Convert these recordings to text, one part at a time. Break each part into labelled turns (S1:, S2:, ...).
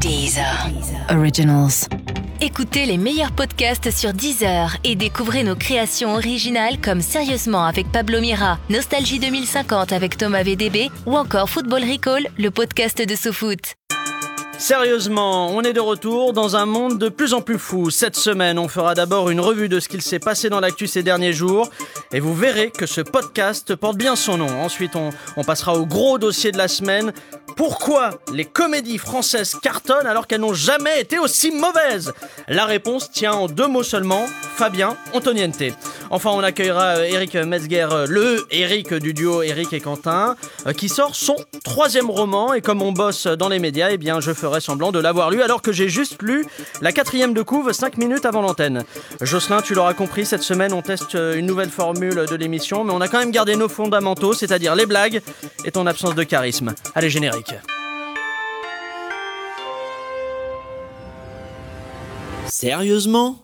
S1: Deezer. Originals. Écoutez les meilleurs podcasts sur Deezer et découvrez nos créations originales comme Sérieusement avec Pablo Mira, Nostalgie 2050 avec Thomas VDB ou encore Football Recall, le podcast de SoFoot.
S2: Sérieusement, on est de retour dans un monde de plus en plus fou. Cette semaine, on fera d'abord une revue de ce qu'il s'est passé dans l'actu ces derniers jours. Et vous verrez que ce podcast porte bien son nom. Ensuite, on, on passera au gros dossier de la semaine. Pourquoi les comédies françaises cartonnent alors qu'elles n'ont jamais été aussi mauvaises La réponse tient en deux mots seulement, Fabien Antoniente. Enfin, on accueillera euh, Eric Metzger, euh, le Eric du duo Eric et Quentin, euh, qui sort son troisième roman. Et comme on bosse dans les médias, eh bien, je ferai semblant de l'avoir lu alors que j'ai juste lu la quatrième de couve 5 minutes avant l'antenne. Jocelyn, tu l'auras compris, cette semaine on teste euh, une nouvelle formule de l'émission, mais on a quand même gardé nos fondamentaux, c'est-à-dire les blagues et ton absence de charisme. Allez, générique.
S3: Sérieusement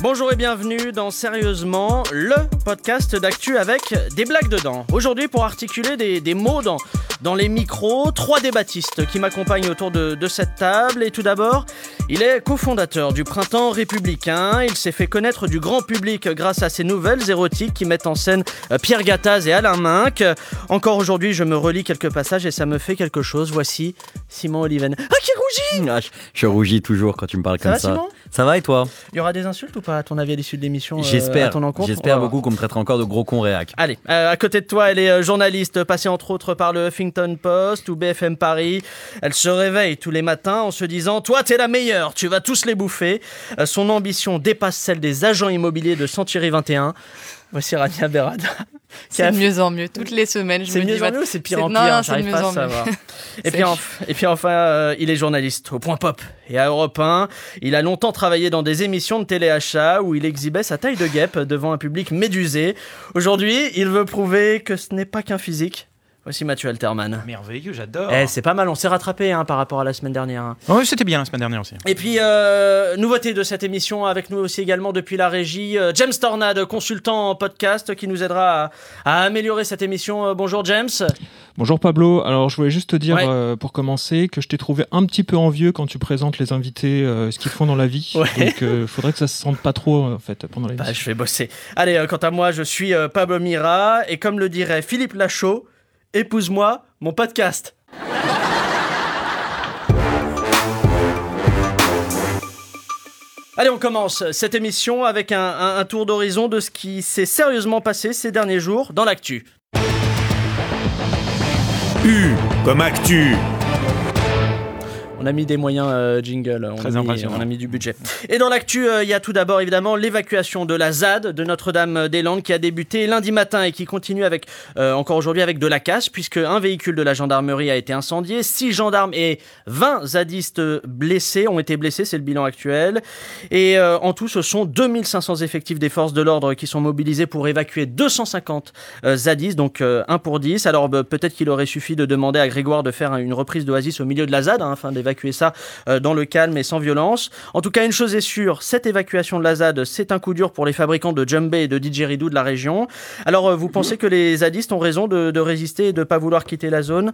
S2: Bonjour et bienvenue dans Sérieusement, le podcast d'actu avec des blagues dedans. Aujourd'hui, pour articuler des, des mots dans, dans les micros, trois débattistes qui m'accompagnent autour de, de cette table. Et tout d'abord, il est cofondateur du Printemps républicain. Il s'est fait connaître du grand public grâce à ses nouvelles érotiques qui mettent en scène euh, Pierre Gattaz et Alain Minck. Encore aujourd'hui, je me relis quelques passages et ça me fait quelque chose. Voici Simon Oliven. Ah, qui rougit
S4: ah, je, je, rougis toujours quand tu me parles
S2: ça
S4: comme
S2: va,
S4: ça.
S2: Simon
S4: ça va et toi
S2: Il y aura des insultes ou pas à ton avis à l'issue de l'émission euh,
S4: J'espère.
S2: à ton encontre
S4: J'espère beaucoup qu'on me traitera encore de gros con réac.
S2: Allez, euh, à côté de toi, elle est euh, journaliste, passée entre autres par le Huffington Post ou BFM Paris. Elle se réveille tous les matins en se disant Toi, t'es la meilleure, tu vas tous les bouffer. Euh, son ambition dépasse celle des agents immobiliers de Century 21. Voici Rania Berada.
S5: C'est de mieux en mieux. Toutes les semaines, je
S2: C'est
S5: me
S2: mieux
S5: dis.
S2: en
S5: bah,
S2: mieux ou c'est pire
S5: c'est-
S2: en
S5: non,
S2: pire hein,
S5: non, c'est de
S2: J'arrive
S5: mieux
S2: pas à
S5: en mieux.
S2: savoir. Et
S5: C'est
S2: puis, enf- et puis enfin, euh, il est journaliste au Point Pop et à Europe 1. Il a longtemps travaillé dans des émissions de téléachat où il exhibait sa taille de guêpe devant un public médusé. Aujourd'hui, il veut prouver que ce n'est pas qu'un physique. Voici Mathieu Alterman.
S6: Merveilleux, j'adore.
S2: Eh, c'est pas mal, on s'est rattrapé hein, par rapport à la semaine dernière. hein.
S6: Oui, c'était bien la semaine dernière aussi.
S2: Et puis, euh, nouveauté de cette émission, avec nous aussi également depuis la régie, euh, James Tornade, consultant en podcast, qui nous aidera à, à améliorer cette émission. Euh, bonjour James.
S7: Bonjour Pablo, alors je voulais juste te dire
S2: Ouais.
S7: euh, pour commencer que je t'ai trouvé un petit peu envieux quand tu présentes les invités, euh, ce qu'ils font dans la vie.
S2: Ouais.
S7: Donc euh, faudrait que ça se sente pas trop euh, en fait pendant les
S2: Bah, je vais bosser. Allez, euh, quant à moi, je suis euh, Pablo Mira, et comme le dirait Philippe Lachaud, épouse-moi mon podcast. Allez, on commence cette émission avec un, un- un tour d'horizon de ce qui s'est sérieusement passé ces derniers jours dans l'actu.
S8: U comme actu.
S2: On a mis des moyens euh, jingle, on,
S6: Très
S2: a mis,
S6: impressionnant.
S2: on a mis du budget. Et dans l'actu, euh, il y a tout d'abord évidemment l'évacuation de la ZAD de Notre-Dame-des-Landes qui a débuté lundi matin et qui continue avec euh, encore aujourd'hui avec de la casse puisque un véhicule de la gendarmerie a été incendié, six gendarmes et 20 zadistes blessés ont été blessés, c'est le bilan actuel. Et euh, en tout, ce sont 2500 effectifs des forces de l'ordre qui sont mobilisés pour évacuer 250 euh, zadistes, donc 1 pour 10. Alors bah, peut-être qu'il aurait suffi de demander à Grégoire de faire un- une reprise d'Oasis au milieu de la ZAD hein, afin d'évacuer ça euh, dans le calme et sans violence. En tout cas, une chose est sûre, cette évacuation de la ZAD, c'est un coup dur pour les fabricants de djembé et de didgeridoo de la région. Alors euh, vous pensez que les zadistes ont raison de, de résister et de ne pas vouloir quitter la zone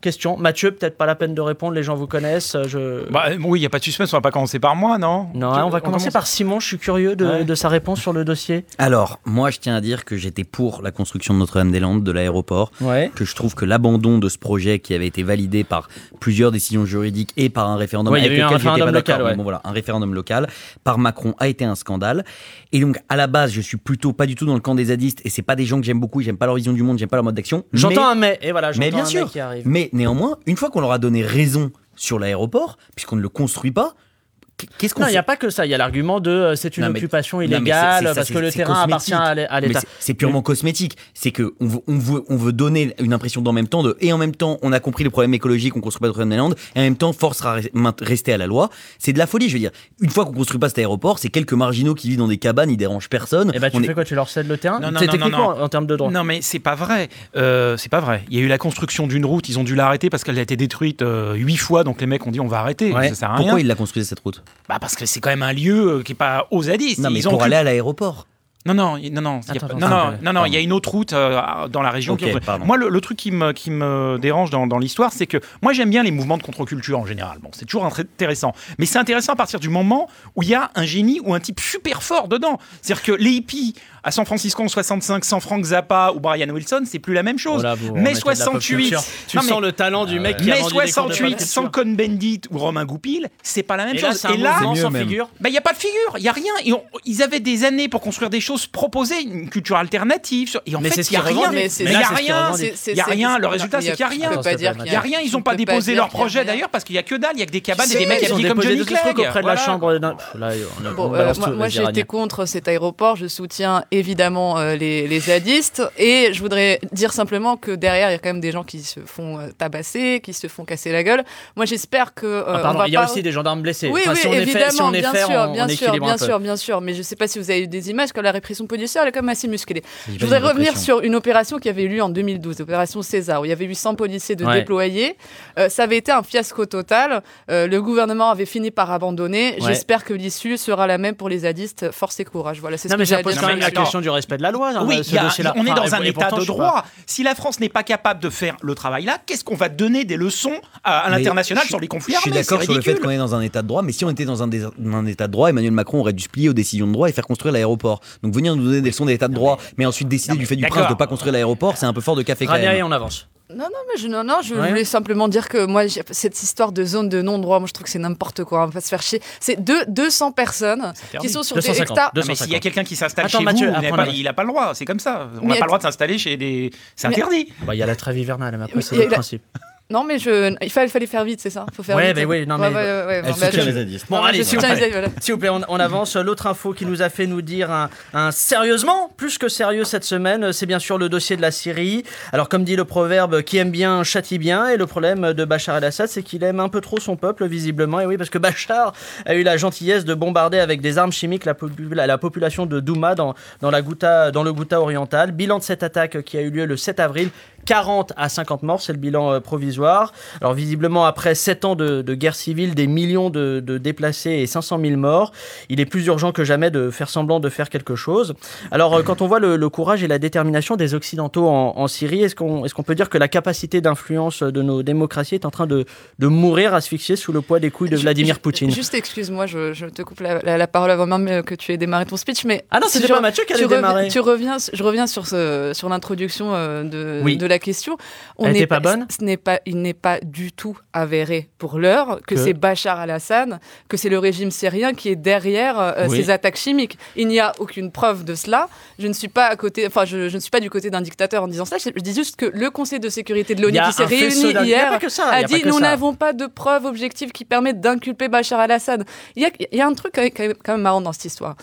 S2: Question. Mathieu, peut-être pas la peine de répondre, les gens vous connaissent. euh, Je...
S6: Bah, euh, oui, il n'y a pas de suspense, on va pas commencer par moi, non
S2: Non,
S6: Tu-
S2: hein, on va commencer
S6: commence-
S2: par Simon, je suis curieux de,
S6: Ouais.
S2: de sa réponse sur le dossier.
S4: Alors, moi je tiens à dire que j'étais pour la construction de Notre-Dame-des-Landes, de l'aéroport,
S2: Ouais.
S4: que je trouve que l'abandon de ce projet qui avait été validé par plusieurs décisions juridiques et par un référendum
S2: Ouais, il y
S4: avec
S2: a eu un
S4: lequel j'étais
S2: référendum
S4: pas d'accord,
S2: local,
S4: mais
S2: ouais.
S4: bon, voilà, un référendum local par Macron a été un scandale. Et donc à la base, je suis plutôt pas du tout dans le camp des zadistes et c'est pas des gens que j'aime beaucoup, j'aime pas leur vision du monde, j'aime pas leur mode d'action.
S2: J'entends
S4: Mais-
S2: un mais, et voilà, j'entends
S4: Mais bien
S2: un
S4: sûr.
S2: mais qui arrive.
S4: Mais néanmoins, une fois qu'on leur a donné raison sur l'aéroport, puisqu'on ne le construit pas, Qu'est-ce qu'on
S2: Non, il
S4: fait
S2: n'y a pas que ça. Il y a l'argument de euh, c'est une
S4: Non, mais-
S2: occupation
S4: non, mais c'est-
S2: illégale
S4: c'est ça,
S2: parce
S4: c'est-
S2: que le
S4: c'est
S2: terrain appartient
S4: cosmétique.
S2: à l'é- à
S4: Mais
S2: l'État. Mm.
S4: c'est- C'est purement cosmétique. C'est que on veut, on veut, on veut donner une impression d'en même temps de et en même temps on a compris le problème écologique, on construit pas de land et en même temps force à re- maint- rester à la loi. C'est de la folie, je veux dire. Une fois qu'on construit pas cet aéroport, c'est quelques marginaux qui vivent dans des cabanes, ils dérangent personne.
S2: Et bah, tu
S4: On
S2: fais
S4: est-
S2: quoi Tu leur cèdes le terrain
S6: Non, non,
S2: C'est
S6: non,
S2: techniquement euh,
S6: non,
S2: en termes de droit.
S6: Non, mais c'est pas vrai. Euh, c'est pas vrai. Il y a eu la construction d'une route, ils ont dû l'arrêter parce qu'elle a été détruite euh, huit fois, donc les mecs ont dit on va arrêter.
S4: Ouais.
S6: Ça sert à rien.
S4: Pourquoi ils la construisent cette route
S6: Bah, parce que c'est quand même un lieu euh, qui est pas aux zadistes.
S4: Non mais
S6: Ils ont
S4: pour
S6: cru-
S4: aller à l'aéroport.
S6: Non, non, y- non, non, il y a
S2: Attends,
S6: pas-
S2: attends,
S6: non,
S2: attends,
S6: non,
S2: attends.
S6: non, non, il y a une autre route euh, dans la région. qui-
S4: Ok, pardon.
S6: Moi, le, le truc qui me, qui me dérange dans, dans l'histoire, c'est que moi, j'aime bien les mouvements de contre-culture en général. Bon, c'est toujours intré- intéressant. Mais c'est intéressant à partir du moment où il y a un génie ou un type super fort dedans. C'est-à-dire que les hippies à San Francisco en 65, sans Frank Zappa ou Brian Wilson, c'est plus la même chose.
S2: Voilà, vous remettez
S6: mais
S2: de la pop
S6: 68,
S2: culture. Tu
S6: non, mais-
S2: sens le talent du mec qui a
S6: mais
S2: rendu des cours de
S6: 68,
S2: pop
S6: sans
S2: culture.
S6: Cohn Bendit ou Romain Goupil, c'est pas la même
S2: Et là,
S6: chose.
S2: c'est un
S6: Et là, Bah,
S2: mouvement
S7: C'est mieux
S2: sans
S7: même.
S2: figure.
S6: il n'y a pas de figure, il n'y a rien. Et on- ils avaient des années pour construire des choses, proposer une culture alternative. sur- Et en
S2: Mais c'est
S6: fait,
S2: ce
S6: il n'y a
S2: qu'ils
S6: rien.
S2: revendiquent.
S6: Mais
S5: Mais
S6: il
S5: c'est-
S6: n'y
S2: là,
S6: a
S2: c'est ce qu'ils
S6: rien.
S2: revendiquent.
S6: Il n'y a rien. Le résultat, c'est qu'il n'y a rien.
S5: Je peux pas dire
S2: Il
S5: qu'il
S6: Il n'y a rien, ils n'ont pas
S5: Tu peux pas
S6: déposé
S5: dire
S6: leur
S5: qu'il y a
S6: projet
S5: rien.
S6: d'ailleurs parce qu'il n'y a que dalle, il y a que des cabanes et des mecs
S2: Ils ont
S6: habillés comme
S2: déposé
S6: Johnny
S2: des trucs
S6: Clegg.
S2: auprès de la
S6: Voilà.
S2: chambre. d'un- Pff, Là, on a- on
S5: Bon, euh,
S2: balance
S5: moi,
S2: tout,
S5: moi,
S2: les
S5: j'ai été
S2: iraniens.
S5: contre cet aéroport. Je soutiens évidemment euh, les, les zadistes. Et je voudrais dire simplement que derrière, il y a quand même des gens qui se font euh, tabasser, qui se font casser la gueule. Moi, j'espère que. euh,
S2: Ah,
S5: on
S2: pardon,
S5: va
S2: il y a
S5: pas-
S2: aussi des gendarmes blessés.
S5: Oui,
S2: Enfin,
S5: oui,
S2: si on est
S5: évidemment,
S2: fait- si on est
S5: bien
S2: fair,
S5: sûr,
S2: on-
S5: bien
S2: on
S5: sûr,
S2: équilibre un
S5: bien
S2: peu.
S5: sûr, bien sûr. Mais je ne sais pas si vous avez eu des images comme la répression policière, elle est quand même assez musclée.
S4: J'ai pas
S5: Je voudrais
S4: eu de
S5: revenir
S4: répression.
S5: sur une opération qui avait eu lieu en 2012, l'opération César, où il y avait eu 100 policiers de
S2: Ouais.
S5: déployés. Euh, ça avait été un fiasco total. Euh, le gouvernement avait fini par abandonner.
S2: Ouais.
S5: J'espère que l'issue sera la même pour les zadistes. Force et courage. Voilà, c'est ce
S2: Non,
S5: que
S2: mais
S5: j'ai
S2: ça
S5: à
S2: pose
S5: dire
S2: quand même la
S5: là-dessus.
S2: question du respect de la loi. hein, dans
S6: Oui,
S2: le-
S6: il
S2: ce
S6: y a-
S2: dossier-là.
S6: on est
S2: Enfin,
S6: dans un
S2: et
S6: état
S2: pourtant,
S6: de
S2: je sais
S6: droit. Si la France n'est pas capable de faire le travail là, qu'est-ce qu'on va donner des leçons à, à
S4: Mais
S6: l'international
S4: je-
S6: sur les conflits
S4: Je suis
S6: armés
S4: d'accord
S6: C'est
S4: sur le fait
S6: ridicule.
S4: qu'on est dans un état de droit, mais si on était dans un, dés- un état de droit, Emmanuel Macron aurait dû se plier aux décisions de droit et faire construire l'aéroport. Donc venir nous donner des leçons d'état de droit, mais, ensuite décider du fait du prince de
S6: d'accord.
S4: pas construire l'aéroport, c'est un peu fort de café
S2: pas.
S4: quand
S2: Ranieri,
S4: même.
S2: on avance.
S5: Non, non, mais je, non, non, je
S2: Ouais.
S5: voulais simplement dire que moi, j'ai- cette histoire de zone de non-droit, moi, je trouve que c'est n'importe quoi. On va pas se faire chier. C'est deux- 200 personnes qui
S6: interdit.
S5: sont sur
S2: 250.
S5: des hectares.
S6: Non, mais s'il y a
S2: 250.
S6: quelqu'un qui s'installe
S2: Attends,
S6: chez
S2: Mathieu,
S6: vous, vous n'avez
S2: apprends-le.
S6: pas- il n'a pas le droit, c'est comme ça. On
S5: Mais
S6: n'a pas
S5: att-
S6: le droit de s'installer chez des. C'est
S5: Mais-
S6: interdit.
S2: Bah, Il y a la trêve hivernale, mais après,
S5: Mais
S2: c'est
S5: il y a
S2: le
S5: la-
S2: principe.
S5: Non, mais je, il fallait, fallait faire vite, c'est ça Faut faire
S2: Ouais,
S5: vite.
S2: mais oui, non, mais-
S5: Ouais, ouais, ouais, ouais,
S4: Elle
S5: bah,
S4: soutient
S5: je-
S4: les zadistes.
S2: Bon,
S5: Non, mais
S2: allez,
S5: je
S2: s'il vous
S5: soutiens les
S2: plaît.
S5: zadistes, voilà.
S2: S'il vous plaît, on, on avance. L'autre info qui nous a fait nous dire un, un sérieusement plus que sérieux cette semaine, c'est bien sûr le dossier de la Syrie. Alors, comme dit le proverbe, qui aime bien châtie bien. Et le problème de Bachar el-Assad, c'est qu'il aime un peu trop son peuple, visiblement. Et oui, parce que Bachar a eu la gentillesse de bombarder avec des armes chimiques la, popu- la- la population de Douma dans, dans, la Ghouta- dans le Ghouta oriental. Bilan de cette attaque qui a eu lieu le 7 avril 40 à 50 morts, c'est le bilan euh, provisoire. Alors visiblement, après 7 ans de, de guerre civile, des millions de, de déplacés et 500 000 morts, il est plus urgent que jamais de faire semblant de faire quelque chose. Alors euh, quand on voit le, le courage et la détermination des Occidentaux en, en Syrie, est-ce qu'on est qu'on peut dire que la capacité d'influence de nos démocraties est en train de, de mourir asphyxiée sous le poids des couilles de
S5: Ju-
S2: Vladimir
S5: ju-
S2: Poutine
S5: Juste excuse-moi, je, je te coupe la, la- la parole avant même euh, que tu aies démarré ton speech, mais
S2: Ah non,
S5: si
S2: c'était
S5: je-
S2: pas Mathieu
S5: tu,
S2: qui allait
S5: reviens-
S2: démarrer.
S5: tu reviens, je reviens sur ce, sur l'introduction euh, de,
S2: Oui.
S5: de la question.
S2: Elle
S5: n'est
S2: était pas bonne
S5: Ce n'est pas, il n'est pas du tout avéré pour l'heure que,
S2: Que-
S5: c'est Bachar al-Assad, que c'est le régime syrien qui est derrière euh,
S2: Oui.
S5: ces attaques chimiques. Il n'y a aucune preuve de cela. Je ne suis pas à côté, enfin, je, je ne suis pas du côté d'un dictateur en disant cela. Je, je dis juste que le Conseil de sécurité de
S2: Il y
S5: l'ONU
S2: a
S5: qui s'est
S2: un faisceau
S5: réuni
S2: d'un- il y a
S5: hier
S2: pas que ça, il
S5: a
S2: y a pas
S5: dit
S2: que
S5: nous
S2: ça.
S5: n'avons pas de preuves objectives qui permettent d'inculper Bachar al-Assad. Il y a, il y a un truc quand même- quand même, quand même marrant dans cette histoire.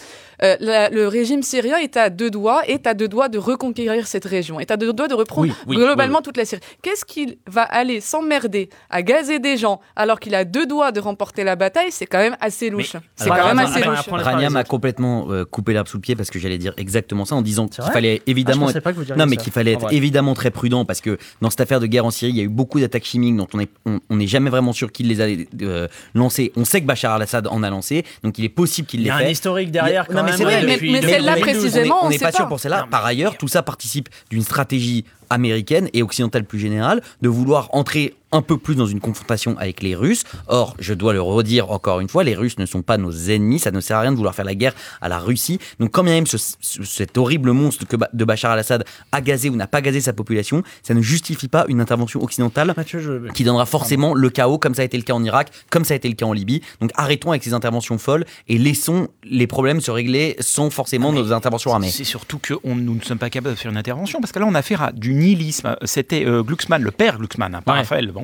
S5: Euh, la- le régime syrien est à deux doigts, est à deux doigts de reconquérir cette région, est à deux doigts de reprendre
S4: Oui, oui,
S5: globalement toute la Syrie. Qu'est-ce qu'il va aller s'emmerder à gazer des gens alors qu'il a deux doigts de remporter la bataille C'est quand même assez louche. C'est
S4: alors,
S5: quand même
S4: attends,
S5: assez
S4: attends,
S5: louche.
S2: prends-les par les
S4: Rania m'a
S2: autres.
S4: complètement euh, coupé l'herbe sous le pied parce que j'allais dire exactement ça en disant qu'il
S2: vrai
S4: fallait
S2: Ah, je
S4: évidemment
S2: pensais pas que vous diriez
S4: Non, mais
S2: ça.
S4: qu'il fallait
S2: En
S4: être
S2: vrai.
S4: évidemment très prudent parce que dans cette affaire de guerre en Syrie, il y a eu beaucoup d'attaques chimiques dont on n'est on, on n'est jamais vraiment sûr qui les a euh, lancées. On sait que Bachar al-Assad en a lancé, donc il est possible qu'il
S2: Il y
S4: les
S2: a un
S4: fait.
S2: historique derrière quand
S4: Il y a- non,
S2: même.
S4: mais c'est vrai,
S2: euh,
S5: mais-
S2: depuis-
S5: mais
S2: depuis
S5: celle-là
S2: 2012.
S5: précise-
S4: on
S5: précisément,
S4: est- on
S5: on
S4: n'est
S5: sait
S4: pas,
S5: pas.
S4: sûr pour celle-là. Par ailleurs, tout ça participe d'une stratégie américaine et occidentale plus générale de vouloir entrer un peu plus dans une confrontation avec les Russes. Or, je dois le redire encore une fois, les Russes ne sont pas nos ennemis, ça ne sert à rien de vouloir faire la guerre à la Russie. Donc quand bien même ce- ce- cet horrible monstre que Ba- de Bachar al-Assad a gazé ou n'a pas gazé sa population, ça ne justifie pas une intervention occidentale
S2: Mathieu, je-
S4: qui donnera forcément le chaos, comme ça a été le cas en Irak, comme ça a été le cas en Libye. Donc arrêtons avec ces interventions folles et laissons les problèmes se régler sans forcément nos interventions armées.
S6: Ah, C'est surtout que on- nous ne bah, sommes pas capables de faire une intervention parce que là, on a affaire à du nihilisme. C'était euh, Glucksmann, le père Glucksmann, hein, pas
S2: Ouais.
S6: Raphaël, bon,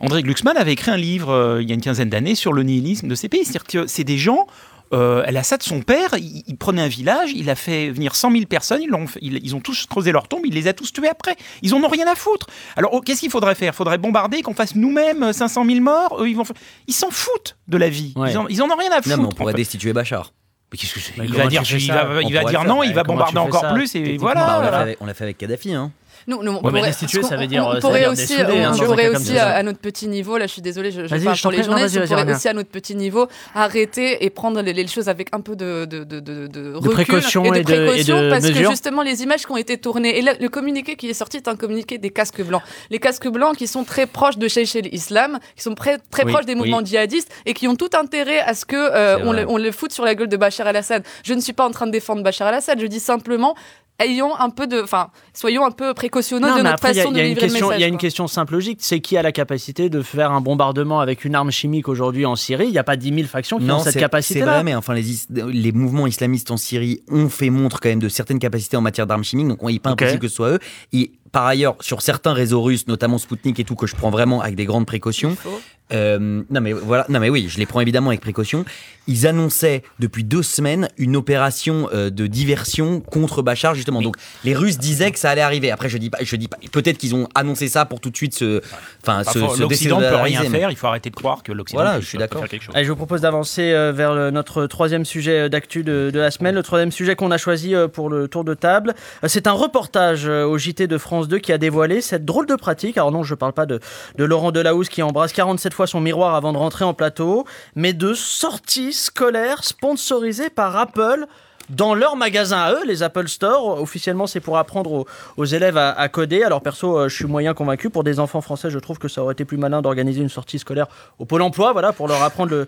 S6: André Glucksmann avait écrit un livre euh, il y a une quinzaine d'années sur le nihilisme de ces pays. C'est-à-dire que c'est des gens. Euh, Al-Assad, son père, il, il prenait un village, il a fait venir 100 000 personnes, ils, l'ont fait- ils- ils ont tous creusé leur tombe, il les a tous tués après. Ils en ont rien à foutre. Alors oh, qu'est-ce qu'il faudrait faire faudrait bombarder, qu'on fasse nous-mêmes euh, 500 000 morts Eux, ils vont. fa- Ils s'en foutent de la vie.
S2: Ouais.
S6: Ils, en, ils en ont rien à foutre.
S4: Non, mais on
S6: en
S4: pourrait
S6: fait.
S4: destituer Bachar.
S6: Mais qu'est-ce que c'est
S2: Mais
S6: Il
S2: Bah, comment
S6: va dire,
S2: tu fais
S6: il
S2: ça
S6: va, il
S4: On
S6: va
S4: pourrait
S6: dire
S4: le
S6: non,
S4: faire,
S6: il va
S2: mais comment
S6: bombarder
S2: tu fais
S6: encore
S2: ça
S6: plus et
S2: Techniquement,
S6: voilà.
S4: Bah, on l'a fait
S6: voilà.
S4: avec- on l'a fait avec Kadhafi. Hein.
S5: Nous, nous, on
S6: mais
S5: pourrait-
S2: destituer,
S5: parce
S2: ça
S5: qu'on-
S2: veut dire,
S5: on-
S2: euh,
S5: On
S2: ça veut
S5: pourrait
S2: dire
S5: aussi,
S2: dessouder,
S5: on-
S2: hein,
S5: on
S2: dans un
S5: pourrait
S2: cas comme
S5: aussi
S2: ça.
S5: à, à notre petit niveau, là je suis désolée, je, je
S2: Vas-y,
S5: parle
S2: je t'en
S5: pour les
S2: prie, non,
S5: journalistes,
S2: vas-y,
S5: on
S2: vas-y,
S5: pourrait
S2: reviens.
S5: aussi à notre petit niveau arrêter et prendre les, les choses avec un peu de, de, de, de, recul
S2: précaution et de- et de
S5: précaution, parce
S2: mesure.
S5: que justement les images qui ont été tournées, et là, le communiqué qui est sorti est un communiqué des casques blancs. Les casques blancs qui sont très proches de Cheikh l'Islam, qui sont près- très
S4: Oui,
S5: proches des
S4: oui.
S5: mouvements djihadistes et qui ont tout intérêt à ce que euh,
S4: C'est
S5: on,
S4: vrai.
S5: le, on le foute sur la gueule de Bachar el-Assad. Je ne suis pas en train de défendre Bachar el-Assad, je dis simplement ayons un peu de, enfin, soyons un peu précautionneux
S2: Non,
S5: de
S2: mais
S5: notre
S2: après, il y a-
S5: façon
S2: il
S5: de
S2: y a
S5: livrer
S2: une
S5: le
S2: question-
S5: message.
S2: il y a une
S5: quoi.
S2: question simple logique c'est qui a la capacité de faire un bombardement avec une arme chimique aujourd'hui en Syrie Il n'y a pas 10 000 factions qui ont cette
S4: c'est- C'est
S2: capacité-là.
S4: vrai, mais enfin, les, is- les mouvements islamistes en Syrie ont fait montre quand même de certaines capacités en matière d'armes chimiques, donc on- il n'est pas
S2: Ok.
S4: impossible que ce soit eux. Et par ailleurs, sur certains réseaux russes, notamment Sputnik et tout, que je prends vraiment avec des grandes précautions, euh, non mais voilà, non mais oui, je les prends évidemment avec précaution. Ils annonçaient depuis deux semaines une opération euh, de diversion contre Bachar justement. Donc les Russes disaient que ça allait arriver. Après, je dis pas, je dis pas. Peut-être qu'ils ont annoncé ça pour tout de suite se, enfin,
S6: Enfin,
S4: se,
S6: Bah, faut-
S4: se
S6: L'Occident ne peut rien
S4: désolidariser, mais-
S6: faire, il faut arrêter de croire que l'Occident
S4: Voilà,
S6: peut-
S4: je suis
S6: peut
S4: d'accord.
S6: faire quelque chose.
S2: Allez, je vous propose d'avancer euh, vers le- notre troisième sujet euh, d'actu de, de la semaine. Le troisième sujet qu'on a choisi euh, pour le tour de table, Euh, c'est un reportage euh, au JT de France 2 qui a dévoilé cette drôle de pratique. Alors non, je ne parle pas de, de Laurent Delahousse qui embrasse 47 fois son miroir avant de rentrer en plateau, mais de sorties scolaires sponsorisées par Apple dans leur magasin à eux, les Apple Store. Officiellement, c'est pour apprendre aux, aux élèves à, à coder. Alors perso, euh, je suis moyen convaincu. Pour des enfants français, je trouve que ça aurait été plus malin d'organiser une sortie scolaire au Pôle Emploi, voilà, pour leur apprendre le,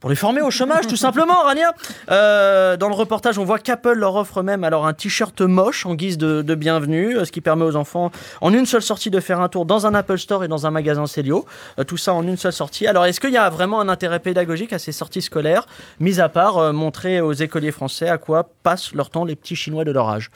S2: pour les former au chômage, tout simplement, Rania. Euh, dans le reportage, on voit qu'Apple leur offre même alors un t-shirt moche en guise de, de bienvenue, euh, ce qui permet aux enfants, en une seule sortie, de faire un tour dans un Apple Store et dans un magasin Célio. Euh, tout ça en une seule sortie. Alors, est-ce qu'il y a vraiment un intérêt pédagogique à ces sorties scolaires, mis à part euh, montrer aux écoliers français à quoi passent leur temps les petits Chinois de leur âge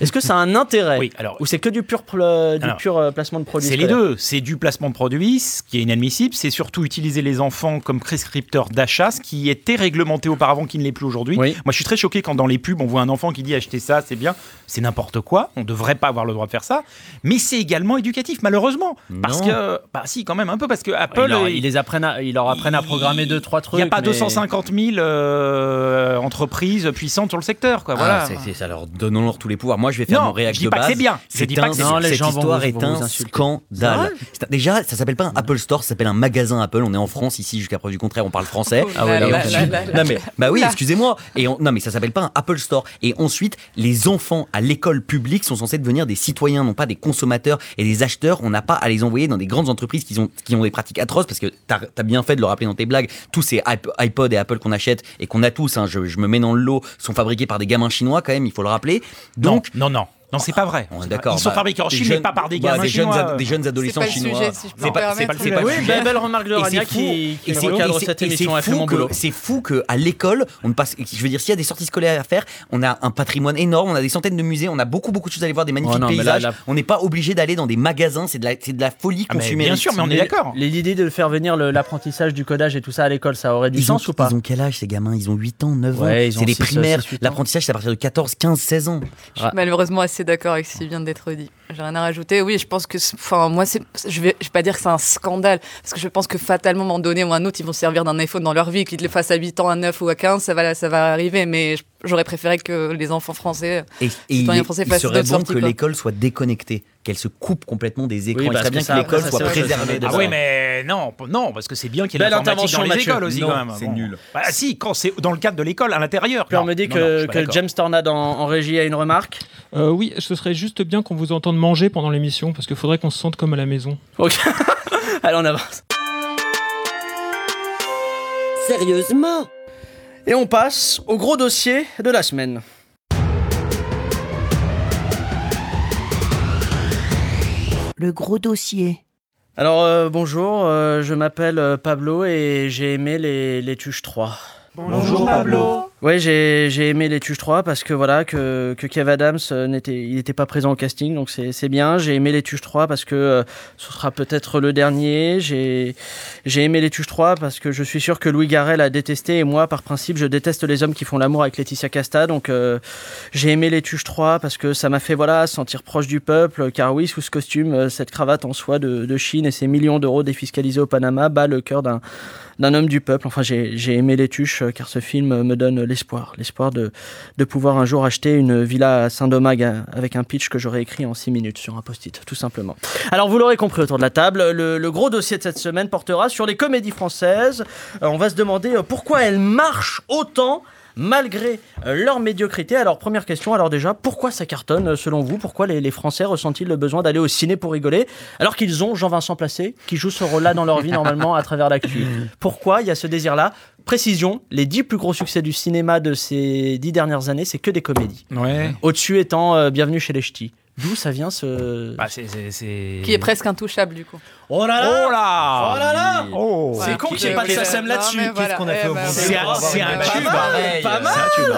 S2: Est-ce que ça a un intérêt
S6: Oui, alors
S2: Ou c'est que du pur, pl- du
S6: Alors,
S2: pur euh, placement de produits
S6: C'est les
S2: scolaires
S6: deux. C'est du placement de produits, ce qui est inadmissible. C'est surtout utiliser les enfants comme prescripteurs d'achat, ce qui était réglementé auparavant, qui ne l'est plus aujourd'hui.
S2: Oui.
S6: Moi, je suis très choqué quand dans les pubs, on voit un enfant qui dit achetez ça, c'est bien. C'est n'importe quoi. On ne devrait pas avoir le droit de faire ça. Mais c'est également éducatif, malheureusement. Parce
S4: Non.
S6: que, bah si, quand même, un peu, parce que Apple.
S2: Ils leur,
S6: est-
S2: ils les apprennent à, ils leur apprennent à programmer deux, trois trucs.
S6: Il n'y a pas
S2: mais-
S6: 250 000 euh, entreprises puissantes sur le secteur, quoi. Voilà.
S4: Ah, c'est- c'est- ça leur donnons leur tous les pouvoirs. Moi, je vais faire
S6: Non,
S4: mon réac
S6: je dis
S4: de
S6: pas que
S4: base.
S6: c'est bien. Je dis pas
S4: un-
S6: que c'est-
S2: Non, les
S4: cette
S2: gens vont
S4: histoire
S2: vous-
S4: est
S2: vont vous
S4: un
S2: insulter.
S4: scandale. C'est- Déjà, ça s'appelle pas un Apple Store, ça s'appelle un magasin Apple. On est en France ici, jusqu'à preuve du contraire, on parle français.
S5: Ah ouais,
S4: Et
S5: là,
S4: on-
S5: là, là, là, là.
S4: Non mais bah oui,
S5: Oula.
S4: excusez-moi. Et on- non mais ça s'appelle pas un Apple Store. Et ensuite, les enfants à l'école publique sont censés devenir des citoyens, non pas des consommateurs et des acheteurs. On n'a pas à les envoyer dans des grandes entreprises qui ont qui ont des pratiques atroces parce que t'as as bien fait de le rappeler dans tes blagues. Tous ces iP- iPod et Apple qu'on achète et qu'on a tous, hein, je, je me mets dans le lot, sont fabriqués par des gamins chinois quand même. Il faut le rappeler. Donc Oh,
S6: non, non, non, non, c'est pas vrai.
S4: on est d'accord.
S6: Ils sont
S4: bah,
S6: fabriqués en
S4: des
S6: Chine, mais
S4: jeunes-
S6: pas par des
S4: bah,
S6: gamins
S4: des jeunes,
S6: chinois.
S4: ad- des jeunes adolescents
S5: pas le
S4: chinois.
S5: sujet, si je peux
S4: C'est
S5: me
S4: pas- c'est pas-
S5: permettre.
S4: c'est pas le
S2: Oui,
S4: sujet.
S2: belle, belle remarque de
S4: Et
S2: Rania
S4: c'est fou.
S2: qui, qui
S4: Et c'est-
S2: recadre
S4: et c'est-
S2: cette
S4: et c'est
S2: émission. Elle fait
S4: fou
S2: mon
S4: que-
S2: boulot.
S4: C'est fou que à l'école, on ne passe. Je veux dire, s'il y a des sorties scolaires à faire, on a un patrimoine énorme, on a des centaines de musées, on a beaucoup beaucoup de choses à aller voir, des magnifiques
S2: Oh non, mais là,
S4: paysages.
S2: là-
S4: On n'est pas obligé d'aller dans des magasins. C'est de la, c'est de la folie
S6: Ah, mais
S4: consumériste.
S6: bien sûr, mais on est d'accord.
S2: Les- L'idée de faire venir le- l'apprentissage du codage et tout ça à l'école, ça aurait du
S4: Ils ont,
S2: sens ou pas
S4: ils ont quel âge ces gamins Ils ont 8 ans, 9
S2: Ouais,
S4: ans.
S2: ils ont
S4: C'est des
S2: six,
S4: primaires.
S2: six, huit ans. Ah,
S4: L'apprentissage, c'est à partir de 14, 15, 16 ans.
S5: Je suis malheureusement assez d'accord avec ce qui vient d'être dit. J'ai rien à rajouter. Oui, je pense que, c'est- enfin, moi, c'est, je vais, je vais pas dire que c'est un scandale, parce que je pense que fatalement, à un moment donné ou à un autre, ils vont se servir d'un iPhone dans leur vie, qu'ils le fassent à 8 ans, à 9 ou à 15, ça va, ça va arriver. Mais je- j'aurais préféré que les enfants français.
S4: Et, et il,
S5: Citoyens
S4: est-
S5: français
S4: il
S5: fassent
S4: serait
S5: d'autres
S4: bon
S5: sorties,
S4: que
S5: quoi.
S4: l'école soit déconnectée, qu'elle se coupe complètement des écrans. il
S2: parce
S4: serait
S2: que
S4: bien
S2: ça-
S4: que l'école
S2: ça,
S4: soit
S2: c'est vrai que c'est
S4: préservée.
S2: un
S4: de
S6: Ah
S2: débat.
S4: ça.
S6: oui, mais non, p- non, parce que c'est bien qu'il y ait
S2: Belle
S6: l'informatique
S2: intervention,
S6: dans les
S2: Mathieu.
S6: écoles aussi,
S4: Non,
S6: quand même.
S4: c'est
S6: Bon.
S4: nul.
S6: Bah, si, quand c'est dans le cadre de l'école, à l'intérieur.
S2: Puis on
S6: Non,
S2: me dit
S6: non,
S2: que,
S6: non, je suis pas
S2: que
S6: d'accord.
S2: James Tornade en, en régie a une remarque.
S7: Euh, oui, ce serait juste bien qu'on vous entende manger pendant l'émission, parce qu'il faudrait qu'on se sente comme à la maison.
S2: Ok. Allez, on avance.
S3: Sérieusement
S2: Et on passe au gros dossier de la semaine.
S9: Le gros dossier.
S2: Alors, euh, bonjour, euh, je m'appelle euh, Pablo et j'ai aimé les, les Tuches 3.
S8: Bonjour Pablo.
S2: Ouais, j'ai j'ai aimé Les Tuches 3 parce que voilà, que, que Kev Adams euh, n'était il était pas présent au casting, donc c'est c'est bien. J'ai aimé Les Tuches 3 parce que euh, ce sera peut-être le dernier. J'ai j'ai aimé Les Tuches 3 parce que je suis sûr que Louis Garrel a détesté et moi, par principe, je déteste les hommes qui font l'amour avec Laetitia Casta. Donc euh, j'ai aimé Les Tuches 3 parce que ça m'a fait voilà sentir proche du peuple. Car oui, sous ce costume, euh, cette cravate en soie de, de Chine et ces millions d'euros défiscalisés au Panama bat le cœur d'un d'un homme du peuple. Enfin, j'ai j'ai aimé Les Tuches euh, car ce film euh, me donne l'espoir, l'espoir de, de pouvoir un jour acheter une villa à Saint-Domingue euh, avec un pitch que j'aurais écrit en 6 minutes sur un post-it, tout simplement. Alors, vous l'aurez compris autour de la table, le, le gros dossier de cette semaine portera sur les comédies françaises. Euh, on va se demander euh, pourquoi elles marchent autant malgré euh, leur médiocrité. Alors, première question, alors déjà, pourquoi ça cartonne euh, selon vous Pourquoi les, les Français ressentent-ils le besoin d'aller au ciné pour rigoler alors qu'ils ont Jean-Vincent Placé qui joue ce rôle-là dans leur vie normalement à travers l'actu Pourquoi il y a ce désir-là Précision, les dix plus gros succès du cinéma de ces dix dernières années, c'est que des comédies.
S6: Ouais.
S2: Au-dessus étant euh, Bienvenue chez les Ch'tis. D'où ça vient ce...
S6: Bah, c'est, c'est, c'est-
S5: Qui est presque intouchable, du coup.
S2: Oh là
S6: Oh là
S2: Oh là là
S6: Oh
S2: C'est con qu'il n'y ait pas de SACEM là-dessus.
S5: Qu'est-ce
S10: qu'on a fait
S6: Eh
S2: Eh,
S10: au monde
S6: C'est un- c'est un
S2: Pas
S6: tube.
S2: mal, pas mal.
S6: C'est un tube.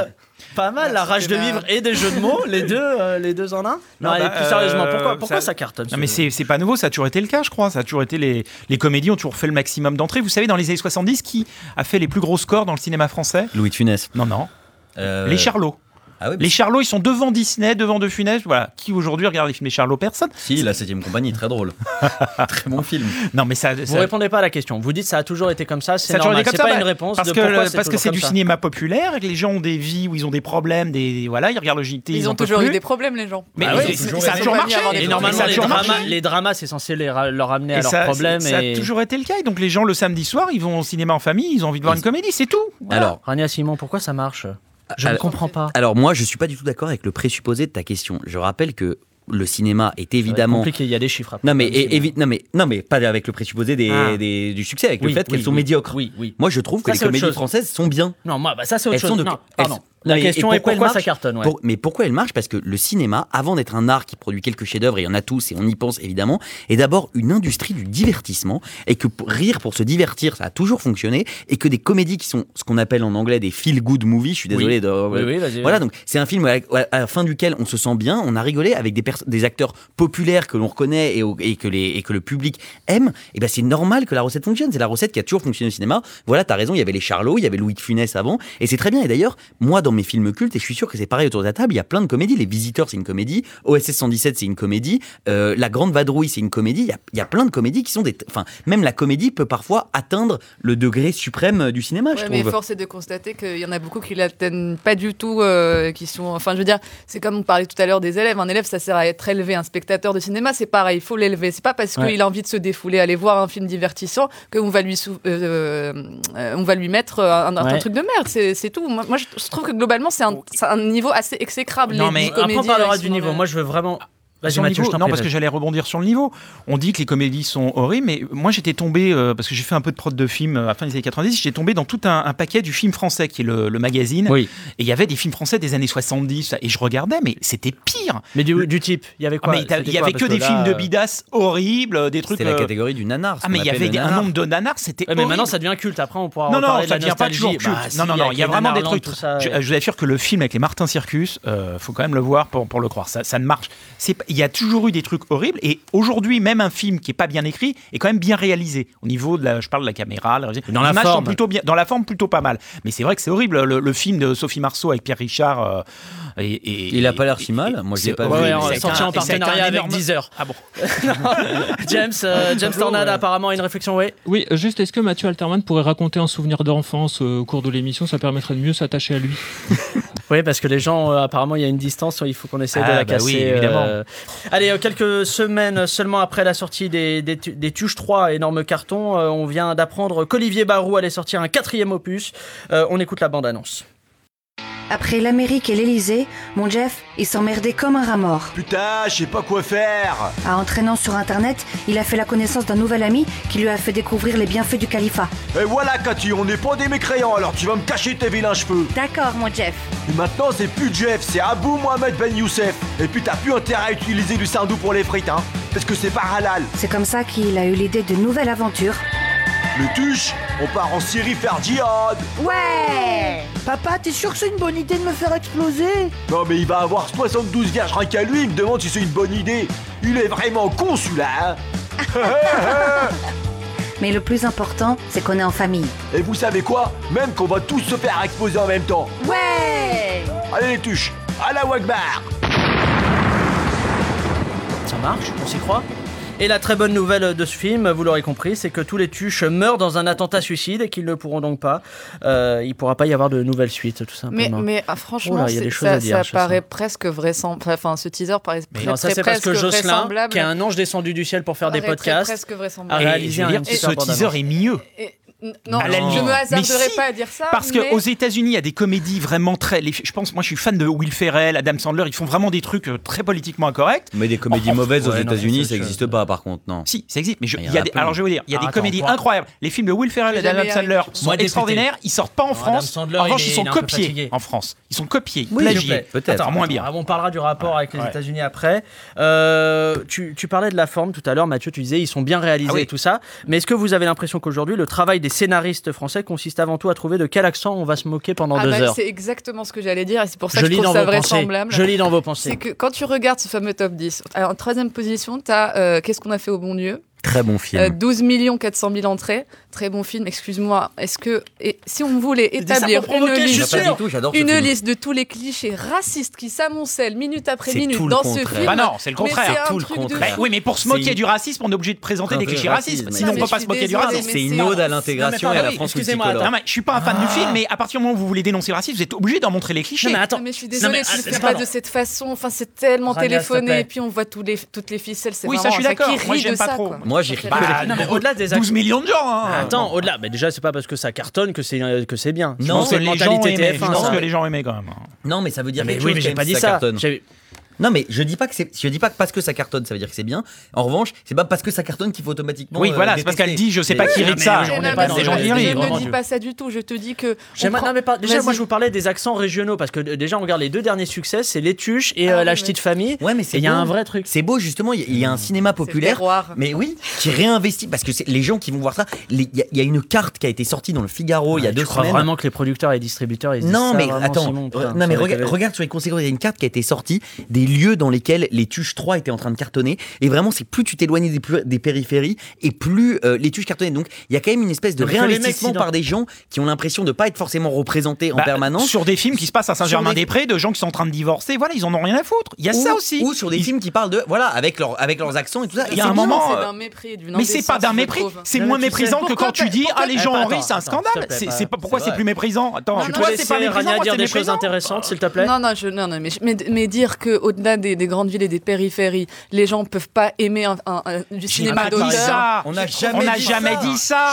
S2: Pas mal, la rage de
S5: c'était
S2: vivre et des jeux de mots, les deux, euh, les deux en un. Non,
S6: Non,
S2: allez,
S6: bah,
S2: plus sérieusement,
S6: euh,
S2: pourquoi, pourquoi ça,
S6: ça-
S2: cartonne
S6: Non
S2: ce-
S6: mais c'est c'est pas nouveau, ça a toujours été le cas je crois, ça a toujours été les, les comédies ont toujours fait le maximum d'entrées. Vous savez dans les années 70 qui a fait les plus gros scores dans le cinéma français
S4: Louis de Funès.
S6: Non non,
S4: Euh,
S6: les Charlots.
S4: Ah oui, mais
S6: Les Charlots ils sont devant Disney, devant De Funès, voilà, qui aujourd'hui regarde les films des Charlots personne.
S4: si, la 7ème compagnie, très drôle. très bon film.
S6: Non mais ça,
S2: Vous
S6: ça-
S2: répondez pas à la question. Vous dites ça a toujours été comme ça, c'est
S6: ça a toujours
S2: normal.
S6: été comme
S2: C'est
S6: ça,
S2: pas
S6: bah,
S2: une réponse
S6: parce
S2: de
S6: que
S2: pourquoi c'est
S6: parce que
S2: toujours
S6: c'est
S2: comme
S6: du
S2: ça.
S6: cinéma populaire et que les gens ont des vies où ils ont des problèmes, des voilà, ils regardent le JT,
S5: Ils ont toujours eu des problèmes, les gens.
S6: Mais
S2: Bah
S6: ils
S2: oui,
S6: ont-
S2: ils
S5: ont toujours
S6: ça a toujours
S5: aimé
S6: marché.
S5: avoir des
S2: Et
S5: Mais
S2: normalement,
S6: ça a
S2: les
S6: toujours
S2: dramas,
S6: marché.
S2: les dramas, c'est censé les ra- leur amener
S6: Et
S2: à leurs
S6: ça,
S2: problèmes.
S6: ça
S2: et...
S6: a toujours été le cas. Et donc les gens le samedi soir, ils vont au cinéma en famille, ils ont envie de voir
S4: Ils-
S6: une comédie, c'est tout. Voilà.
S4: Alors,
S2: Rania Simon, pourquoi ça marche Je ne
S4: alors-
S2: comprends pas.
S4: alors moi, je suis pas du tout d'accord avec le présupposé de ta question. Je rappelle que le cinéma est évidemment
S2: compliqué, il y a des chiffres. après.
S4: Non mais,
S2: Rania
S4: et-
S2: Simon.
S4: évi- non, mais, non mais pas avec le présupposé des,
S2: Ah.
S4: des- du succès, avec
S2: Oui,
S4: le fait
S2: oui,
S4: qu'elles sont
S2: oui.
S4: médiocres.
S2: Oui, oui.
S4: Moi je trouve que
S2: Ça,
S4: les
S2: c'est autre
S4: comédies
S2: chose.
S4: françaises sont bien.
S2: Non, moi, bah, ça c'est autre
S4: Elles
S2: chose.
S4: sont de-
S2: Non,
S4: elles-
S2: pardon.
S4: non,
S2: La
S4: et- et
S2: question est
S4: pourquoi elles
S2: pourquoi ça
S4: marchent
S2: cartonne. ouais.
S4: Pour- mais pourquoi elle marche Parce que le cinéma, avant d'être un art qui produit quelques chefs-d'œuvre, et il y en a tous et on y pense évidemment, est d'abord une industrie du divertissement et que pour- rire pour se divertir, ça a toujours fonctionné et que des comédies qui sont ce qu'on appelle en anglais des feel-good movies, je suis désolé de.
S2: Oui, oui, vas-y.
S4: Voilà, donc c'est un film à la, à la fin duquel on se sent bien, on a rigolé avec des, pers- des acteurs populaires que l'on reconnaît et, au- et que les, et que le public aime. Et ben c'est normal que la recette fonctionne. C'est la recette qui a toujours fonctionné au cinéma. Voilà, t'as raison, il y avait les Charlots, il y avait Louis de Funès avant. Et c'est très bien. Et d'ailleurs, moi, dans mes films cultes, et je suis sûr que c'est pareil autour de la table, il y a plein de comédies. Les Visiteurs, c'est une comédie. OSS 117, c'est une comédie. Euh, la Grande Vadrouille, c'est une comédie. Il y, a, il y a plein de comédies qui sont des. Enfin, même la comédie peut parfois atteindre le degré suprême du
S2: Ah,
S4: cinéma, je
S5: Ouais,
S4: trouve.
S5: mais force est de constater qu'il y en a beaucoup qui l'atteignent pas du tout, euh, qui sont. Enfin, je veux dire, c'est comme on parlait tout à l'heure des élèves. Un élève, ça sert à être élevé. Un spectateur de cinéma, c'est pareil. Il faut l'élever. C'est pas parce
S2: Ouais.
S5: qu'il a envie de se défouler, aller voir un film divertissant, qu'on va lui sou- euh, euh, on va lui mettre un, un- un
S2: Ouais.
S5: truc de merde. C'est c'est tout. Moi, moi, je je trouve que globalement, c'est un, c'est un niveau assez exécrable.
S6: Non,
S5: les
S6: mais
S5: dix
S2: Après, on
S5: comédies,
S2: parlera
S5: elles
S2: du
S5: sont-
S2: niveau. Moi, je veux vraiment. Vas-y,
S6: Sur le
S2: Mathieu,
S6: niveau-
S2: je t'en
S6: non,
S2: prie,
S6: parce que
S2: vas-y.
S6: j'allais rebondir sur le niveau. On dit que les comédies sont horribles, mais moi j'étais tombé, euh, parce que j'ai fait un peu de prod de films euh, à la fin des années 90, j'étais tombé dans tout un, un paquet du film français, qui est le, le magazine.
S2: Oui.
S6: Et il y avait des films français des années 70, ça, et je regardais, mais c'était pire.
S2: Mais du, du type, il y avait
S6: Ah,
S2: quoi
S6: mais t'as-
S2: C'était
S6: il y
S2: quoi
S6: avait
S2: Parce
S6: que des
S2: là,
S6: films de
S2: euh,
S6: bidas horribles, euh, des trucs.
S4: C'était la
S6: euh,
S4: catégorie du nanar. ce
S6: Ah, mais
S4: qu'on
S6: il y
S4: appelle
S6: avait
S4: le
S6: des- un
S4: nanar.
S6: nombre de nanars, c'était.
S2: Ouais, mais
S6: horrible.
S2: maintenant ça devient culte. Après, on pourra.
S6: Non, non,
S2: reparler de
S6: ça
S2: la
S6: devient pas
S2: nostalgie.
S6: toujours culte. Ah,
S2: Bah, si,
S6: non, non, non, il y a
S2: les
S6: vraiment des
S2: Nanarlandes,
S6: trucs.
S2: tout ça,
S6: je,
S2: ouais.
S6: je vous assure que le film avec les Martin Circus, euh, faut quand même le voir pour, pour le croire. Ça, ça ne marche. C'est pas- Il y a toujours eu des trucs horribles. Et aujourd'hui, même un film qui est pas bien écrit est quand même bien réalisé. Au niveau de la, je parle de la caméra, la-
S2: Dans la
S6: les images sont
S2: forme.
S6: plutôt bien, dans la forme plutôt pas mal. Mais c'est vrai que c'est horrible. Le, le film de Sophie Marceau avec Pierre Richard. euh, et, et-
S4: Il a pas l'air
S6: et-
S4: si mal. Moi, je l'ai
S6: c'est
S4: pas
S2: Ouais,
S4: vu,
S2: ouais,
S4: mais
S2: on
S6: ça a
S2: est
S6: été
S2: sorti
S6: un-
S2: en
S6: et ça a été un
S2: partenariat avec
S6: énorme-
S2: Deezer.
S6: Ah bon.
S2: James, euh, James Tornade apparemment a une réflexion, oui.
S7: Oui, euh, juste, est-ce que Mathieu Alterman pourrait raconter un souvenir d'enfance euh, au cours de l'émission Ça permettrait de mieux s'attacher à lui.
S2: Oui, parce que les gens, euh, apparemment, il y a une distance, il faut qu'on essaie de
S6: Ah,
S2: la
S6: bah
S2: casser.
S6: oui, évidemment.
S2: euh. Allez, euh, quelques semaines seulement après la sortie des, des, Tu- des Tuches 3, énorme carton, euh, on vient d'apprendre qu'Olivier Barou allait sortir un quatrième opus. Euh, on écoute la bande-annonce.
S10: Après l'Amérique et l'Elysée, mon Jeff, il s'emmerdait comme un rat mort.
S8: Putain, je sais pas quoi faire
S10: En entraînant sur Internet, il a fait la connaissance d'un nouvel ami qui lui a fait découvrir les bienfaits du califat.
S8: Et voilà, Cathy, on n'est pas des mécréants, alors tu vas me cacher tes vilains cheveux
S10: D'accord, mon Jeff.
S8: Et maintenant, c'est plus Jeff, c'est Abou Mohamed Ben Youssef Et puis, t'as plus intérêt à utiliser du sardou pour les frites, hein Parce que c'est pas halal
S10: C'est comme ça qu'il a eu l'idée d'une nouvelle aventure.
S8: Les tuches, on part en Syrie faire djihad
S10: Ouais
S9: Papa, t'es sûr que c'est une bonne idée de me faire exploser
S8: Non mais il va avoir 72 vierges rien qu'à lui, il me demande si c'est une bonne idée Il est vraiment con celui-là hein
S10: Mais le plus important, c'est qu'on est en famille.
S8: Et vous savez quoi Même qu'on va tous se faire exploser en même temps
S10: Ouais
S8: Allez les tuches, à la Wagbar
S2: Ça marche, on s'y croit. Et la très bonne nouvelle de ce film, vous l'aurez compris, c'est que tous les tuches meurent dans un attentat suicide et qu'ils ne pourront donc pas. euh, il ne pourra pas y avoir de nouvelles suites, tout
S5: Mais,
S2: simplement.
S5: mais ah,
S2: Oh là,
S5: franchement,
S2: il y a
S5: c'est-
S2: des choses à
S5: ça,
S2: dire,
S5: ça
S2: je sais.
S5: paraît presque vraisemblable. Enfin, ce teaser paraît
S2: Mais
S5: très,
S2: non, ça
S5: très
S2: c'est parce que
S5: presque
S2: Jocelyn,
S5: vraisemblable.
S2: qui est un ange descendu du ciel pour faire des
S5: Paraît très
S2: podcasts,
S5: presque
S2: a
S5: vraisemblable.
S6: Et
S2: réalisé
S6: je
S2: un
S6: veux dire,
S2: une
S6: ce
S2: super bande
S6: teaser
S2: annonce.
S6: est mieux.
S5: Et- n- non,
S6: À la
S5: je
S6: limite.
S5: me
S6: Mais
S5: hasarderais
S6: si,
S5: pas à dire ça.
S6: Parce que
S5: mais-
S6: aux États-Unis, il y a des comédies vraiment très. les- Je pense, moi, je suis fan de Will Ferrell, Adam Sandler. Ils font vraiment des trucs euh, très politiquement incorrects.
S4: Mais des comédies
S6: Oh,
S4: mauvaises aux
S2: ouais, non, mais
S4: États-Unis,
S2: c'est
S4: ça
S2: autre
S4: n'existe pas par contre, non.
S6: Si, ça existe. Mais je-
S4: Mais
S6: il
S4: il
S6: y
S4: y en
S6: a Ah,
S4: a
S6: des,
S4: plein.
S6: alors je veux dire, il y a des
S2: Attends,
S6: comédies
S2: quoi
S6: incroyables. Les films de Will Ferrell et
S5: J'ai jamais
S6: d'Adam
S5: y
S6: Ah, Sandler
S5: arrivé.
S6: sont
S2: Moi, député.
S6: extraordinaires. Ils sortent pas en
S2: Non,
S6: France.
S2: Adam Sandler,
S6: en
S2: il
S6: revanche,
S2: est-
S6: ils
S2: il
S6: sont
S2: est un peu
S6: copiés
S2: fatigué.
S6: en France. Ils sont copiés,
S2: Oui, s'il vous
S6: plagiés.
S2: plaît.
S4: Peut-être.
S6: Attends, moins bien.
S2: Ah, On parlera du rapport avec les
S6: ouais.
S2: États-Unis après. Euh, tu, tu parlais de la forme tout à l'heure, Mathieu. Tu disais ils sont bien réalisés
S6: Ah oui.
S2: et tout ça. Mais est-ce que vous avez l'impression qu'aujourd'hui le travail des scénaristes français consiste avant tout à trouver de quel accent on va se moquer pendant
S5: Ah
S2: deux
S5: bah,
S2: heures
S5: C'est exactement ce que j'allais dire et c'est pour ça
S2: Je
S5: que
S2: lis
S5: je
S2: dans
S5: trouve ça
S2: vos pensées.
S5: vraisemblable.
S2: Je lis dans vos
S5: C'est
S2: pensées.
S5: que quand tu regardes ce fameux top 10, alors, en troisième position, tu as Qu'est-ce qu'on a fait au bon Dieu
S4: Très bon
S5: Euh,
S4: film.
S5: 12 400 000 entrées. Très bon film, excuse-moi. Est-ce que. et si on voulait établir
S2: pour
S5: une
S2: provoquer, je suis
S4: Je
S5: liste.
S4: sais pas du tout, j'adore ce
S5: Une
S4: film.
S5: liste de tous les clichés racistes qui s'amoncellent minute après
S4: C'est
S5: minute
S4: tout le
S5: dans ce
S4: contraire.
S5: film.
S6: Bah non, c'est le
S5: Mais
S6: contraire.
S5: c'est un
S4: Tout le
S5: truc de
S4: contraire.
S5: fou.
S6: Bah oui, mais pour se
S4: C'est-
S6: moquer du racisme, on est obligé de présenter
S4: Un
S6: des
S4: peu
S6: clichés
S4: racisme,
S6: racisme.
S4: mais-
S6: Sinon,
S4: Non,
S6: on
S5: mais
S6: peut
S5: je
S6: pas
S5: suis
S6: se moquer du
S5: désolée,
S6: racisme.
S5: mais
S4: C'est une
S5: c'est- Ah.
S4: ode à
S2: Non,
S4: l'intégration
S2: mais
S4: et à la
S2: pardon,
S4: France
S2: excusez-moi,
S4: multicolore.
S6: Non, mais je suis pas un fan du film, mais à partir du moment où vous voulez dénoncer le racisme, vous êtes obligé d'en montrer les clichés.
S2: Non, mais attends.
S5: Non, mais je suis
S2: Non, mais,
S5: désolée,
S2: ah,
S5: tu ne
S2: c'est
S5: fais
S2: pas
S5: pas
S2: non.
S5: de cette façon. Enfin, c'est tellement
S2: Rania, s'il te plaît.
S5: téléphoné. Et puis on voit tous les, toutes les ficelles. C'est
S6: Oui, ça,
S5: marrant,
S6: je suis
S5: enfin, qui
S6: d'accord. Moi,
S5: rit
S6: j'aime
S5: de
S6: pas
S5: ça,
S6: trop.
S5: quoi.
S4: Moi, j'y
S5: Ça
S4: ris
S5: fait
S4: pas.
S5: rire.
S2: Bah, non, mais au-delà des
S6: 12
S2: accents.
S6: millions de gens. hein.
S2: Attends, au-delà, mais déjà, c'est pas parce que ça cartonne que c'est euh, que c'est bien. Je
S4: Non,
S2: pense que
S6: que
S2: c'est une
S6: les gens
S2: mentalité
S6: aimaient. Je
S2: TF1,
S6: pense
S2: ça.
S6: que les gens aimaient quand même.
S4: hein. Non, mais ça veut dire
S2: Mais
S4: quelque
S2: oui,
S4: chose
S2: mais j'ai
S4: quand
S2: pas
S4: même,
S2: dit
S4: si
S2: ça.
S4: cartonne.
S2: J'ai-
S4: Non, mais je dis pas que c'est, je dis pas que parce que ça cartonne, ça veut dire que c'est bien. En revanche, c'est pas parce que ça cartonne qu'il faut automatiquement.
S6: Oui,
S4: euh,
S6: voilà, c'est parce
S4: détester.
S6: qu'elle dit, je sais
S4: Mais-
S6: pas qui
S2: Non,
S6: rit de
S2: mais
S6: ça.
S2: on
S5: Mais
S2: n'est
S5: Eh ben, non,
S2: pas
S5: mais
S2: dans
S5: je-
S2: les gens qui
S5: je
S2: rient,
S5: ne
S2: vraiment,
S5: dis
S2: tu-
S5: pas ça du tout. Je te dis que. on
S2: J'aimerais-
S5: prend-
S2: non, mais par- déjà,
S5: Vas-y.
S2: moi je vous parlais des accents régionaux parce que euh, déjà on regarde les deux derniers succès, c'est les tuches et
S5: Ah
S2: euh,
S5: oui,
S2: la
S5: mais-
S2: ch'ti de famille.
S4: Ouais, mais c'est
S2: Et il y a
S4: beau.
S2: un vrai truc.
S4: C'est beau justement. Il y a- il y, a un cinéma populaire.
S5: terroir.
S4: Mais oui, qui réinvestit parce que c'est les gens qui vont voir ça. les- Il y, a- il y a une carte qui a été sortie dans le Figaro il y a
S2: Ah, Tu
S4: deux
S2: crois
S4: semaines.
S2: vraiment que les producteurs et les distributeurs ils se
S4: Non
S2: disent ça,
S4: mais
S2: vraiment,
S4: attends,
S2: Simon, putain,
S4: re- non mais
S2: ça va
S4: rega-
S2: être-
S4: regarde sur les conséquences, il y a une carte qui a été sortie des lieux dans lesquels les Tuches 3 étaient en train de cartonner et vraiment c'est plus tu t'éloignais des, plus- des périphéries et plus euh, les Tuches cartonnaient. Donc il y a quand même une espèce de
S2: Parce que les mecs
S4: réinvestissement
S2: s'ident-
S4: par des gens qui ont l'impression de pas être forcément représentés en
S6: Bah,
S4: permanence.
S6: Sur des films qui se passent à Saint-Germain-des-Prés, de gens qui sont en train de divorcer, voilà, ils en ont rien à foutre. Il y a
S4: ou,
S6: ça aussi.
S4: Ou sur des
S6: Ils-
S4: films qui parlent de voilà avec leur avec leurs accents et tout ça.
S6: Il y a
S4: C'est
S6: un
S4: bien.
S6: moment,
S5: C'est
S6: euh,
S5: d'un mépris, d'une
S6: Mais c'est pas
S5: indécence,
S6: d'un
S5: je
S6: mépris,
S5: trouve.
S6: c'est
S2: Non,
S6: moins
S2: mais tu sais-
S6: méprisant que
S5: Pourquoi
S6: quand tu
S5: pas-
S6: dis
S5: pourquoi
S6: ah les
S5: pas-
S6: gens en
S2: Attends,
S6: rient, c'est un
S2: attends, s'il
S6: scandale.
S2: te plaît,
S6: C'est
S2: pas-
S6: c'est pas pourquoi
S4: c'est
S6: c'est
S4: vrai.
S6: plus méprisant. Attends,
S5: Tu
S2: Tu
S5: Non,
S2: peux
S5: moi,
S6: pourquoi
S5: c'est
S6: c'est
S2: laisser
S6: pas méprisant
S2: Rania
S6: moi,
S2: dire
S6: c'est
S2: des choses
S6: méprisant.
S2: intéressantes s'il te plaît.
S5: Non, non, je, non, non mais, je- mais, mais dire qu'au-delà des, des grandes villes et des périphéries, les gens peuvent pas aimer un, un- un- du cinéma
S6: pas dit
S5: d'auteur.
S6: ça.
S4: On n'a jamais,
S6: On n'a
S4: dit
S6: jamais
S4: ça.
S6: dit ça.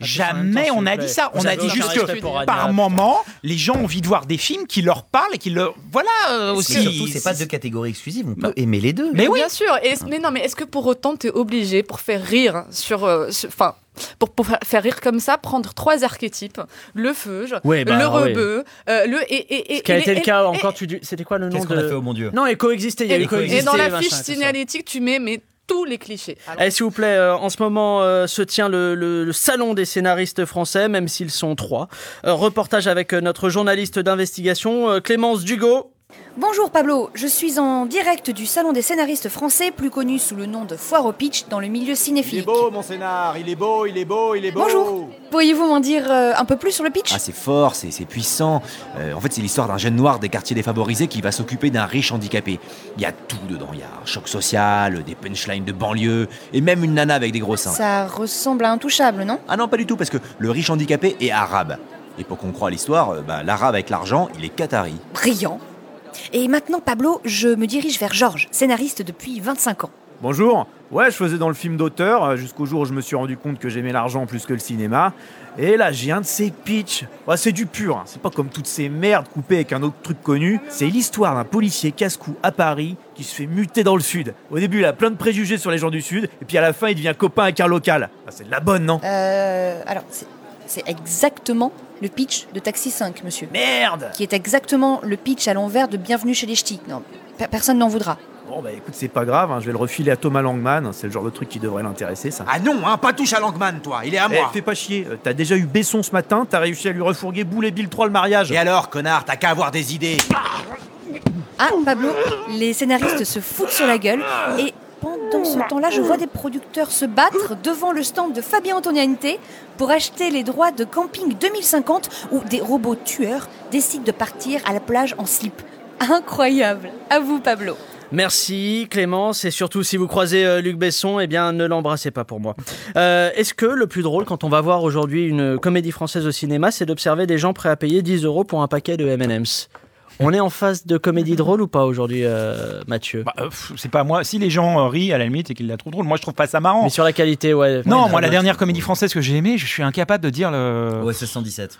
S2: Attends,
S6: Jamais
S2: s'il vous
S6: on a
S2: plaît.
S6: dit ça.
S2: Vous
S6: On a
S2: avez
S6: dit
S2: aucun
S6: juste
S2: respect
S6: que
S2: pour Rania,
S6: par
S2: putain.
S6: moment, les gens ont envie de voir des films qui leur parlent et qui leur voilà euh,
S4: Mais
S6: aussi. Bah.
S4: surtout c'est pas deux catégories exclusives, on peut aimer les deux.
S6: Mais oui.
S5: Bien sûr.
S2: Ah.
S5: Et, Mmh, mais non, mais est-ce que pour autant t'es obligé pour faire rire sur, euh, sur- enfin. Pour, pour fa- faire rire comme ça, prendre trois archétypes le feuge,
S2: Ouais, bah,
S5: le
S2: ouais.
S5: rebeu, euh, le et et et.
S2: Ce qui a
S5: et-
S2: été le
S5: et-
S2: cas
S5: et-
S2: encore tu dis- c'était quoi le nom
S4: Qu'est-ce qu'on a fait
S2: de
S4: au bon Dieu
S2: Non, et coexister, il y a
S5: et-
S2: eu
S5: et
S2: coexister.
S5: dans la
S2: machin,
S5: fiche
S2: tout ça.
S5: signalétique, tu mets mais tous les clichés. Alors,
S2: Eh, s'il vous plaît, euh, en ce moment euh, se tient le, le- le salon des scénaristes français, même s'ils sont trois. Euh, reportage avec euh, notre journaliste d'investigation, euh, Clémence Dugo.
S10: Bonjour Pablo, je suis en direct du Salon des scénaristes français, plus connu sous le nom de Foire au Pitch dans le milieu
S8: Il est
S10: cinéphile.
S8: beau mon scénar, il est beau, il est beau, il est beau
S10: Bonjour Pourriez-vous m'en dire euh, un peu plus sur le pitch
S11: Ah, c'est fort, c'est c'est puissant. Euh, en fait, c'est l'histoire d'un jeune noir des quartiers défavorisés qui va s'occuper d'un riche handicapé. Il y a tout dedans. Il y a un choc social, des punchlines de banlieue, et même une nana avec des gros seins.
S10: Ça ressemble à Intouchable, non
S11: Ah non, pas du tout, parce que le riche handicapé est arabe. Et pour qu'on croie à l'histoire, euh, bah, l'arabe avec l'argent, il est qatari.
S10: Brillant Et maintenant Pablo, je me dirige vers Georges, scénariste depuis 25 ans.
S12: Bonjour. Ouais, je faisais dans le film d'auteur euh, jusqu'au jour où je me suis rendu compte que j'aimais l'argent plus que le cinéma. Et là, j'ai un de ces pitchs. Ouais, c'est du pur. hein. C'est pas comme toutes ces merdes coupées avec un autre truc connu. C'est l'histoire d'un policier casse-cou à Paris qui se fait muter dans le Sud. Au début, il a plein de préjugés sur les gens du Sud. Et puis à la fin, il devient copain avec un local. Ah, c'est de la bonne, non
S10: Euh, alors, c'est- c'est exactement le pitch de Taxi 5, monsieur.
S12: Merde
S10: Qui est exactement le pitch à l'envers de Bienvenue chez les Ch'tis. Non, pe- personne n'en voudra.
S12: Bon, bah écoute, c'est pas grave, hein, je vais le refiler à Thomas Langman, c'est le genre de truc qui devrait l'intéresser, ça.
S11: Ah non, hein, pas touche à Langman, toi, il est à moi.
S12: fais pas chier, euh, t'as déjà eu Besson ce matin, t'as réussi à lui refourguer Boule et Bill 3 le mariage.
S11: Et alors, connard, t'as qu'à avoir des idées.
S10: Ah, Pablo, les scénaristes se foutent sur la gueule et pendant ce temps-là, je vois des producteurs se battre
S13: Mmh.
S10: devant le stand de Fabien Antoniante pour acheter les droits de Camping 2050 où des robots tueurs décident de partir à la plage en slip. Incroyable À vous, Pablo
S2: Merci Clémence et surtout si vous croisez euh, Luc Besson, eh bien ne l'embrassez pas pour moi. Euh, Est-ce que le plus drôle quand on va voir aujourd'hui une comédie française au cinéma, c'est d'observer des gens prêts à payer 10 euros pour un paquet de M&M's On est en phase de comédie drôle ou pas aujourd'hui, euh, Mathieu
S6: Euh, pff, C'est pas moi. Si les gens euh, rient à la limite et qu'ils la trouvent drôle, moi je trouve pas ça marrant.
S2: Mais sur la qualité, ouais.
S6: Non,
S2: Ouais,
S6: moi la
S2: ouais.
S6: dernière comédie française que j'ai aimée, je suis incapable de dire le.
S4: Ouais, c'est 117.